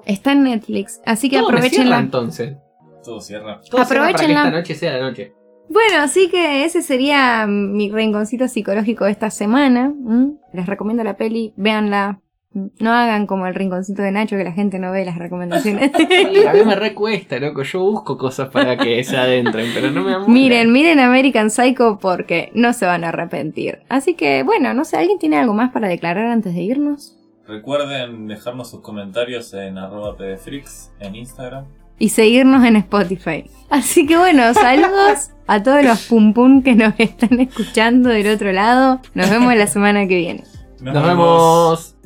[SPEAKER 2] está en Netflix, así que
[SPEAKER 5] Todo me cierra,
[SPEAKER 2] aprovechenla.
[SPEAKER 5] entonces.
[SPEAKER 3] Todo cierra.
[SPEAKER 5] Todo cierra para que
[SPEAKER 2] Aprovechenla.
[SPEAKER 5] esta noche sea la noche.
[SPEAKER 2] Bueno, así que ese sería mi rinconcito psicológico de esta semana. ¿m? Les recomiendo la peli, véanla. No hagan como el rinconcito de Nacho que la gente no ve las recomendaciones.
[SPEAKER 5] A mí me recuesta, loco. Yo busco cosas para que se adentren, pero no me amulan.
[SPEAKER 2] miren, miren American Psycho porque no se van a arrepentir. Así que bueno, no sé, ¿alguien tiene algo más para declarar antes de irnos?
[SPEAKER 3] Recuerden dejarnos sus comentarios en arroba pdfreaks en Instagram.
[SPEAKER 2] Y seguirnos en Spotify. Así que bueno, saludos a todos los pum pum que nos están escuchando del otro lado. Nos vemos la semana que viene.
[SPEAKER 5] Nos vemos.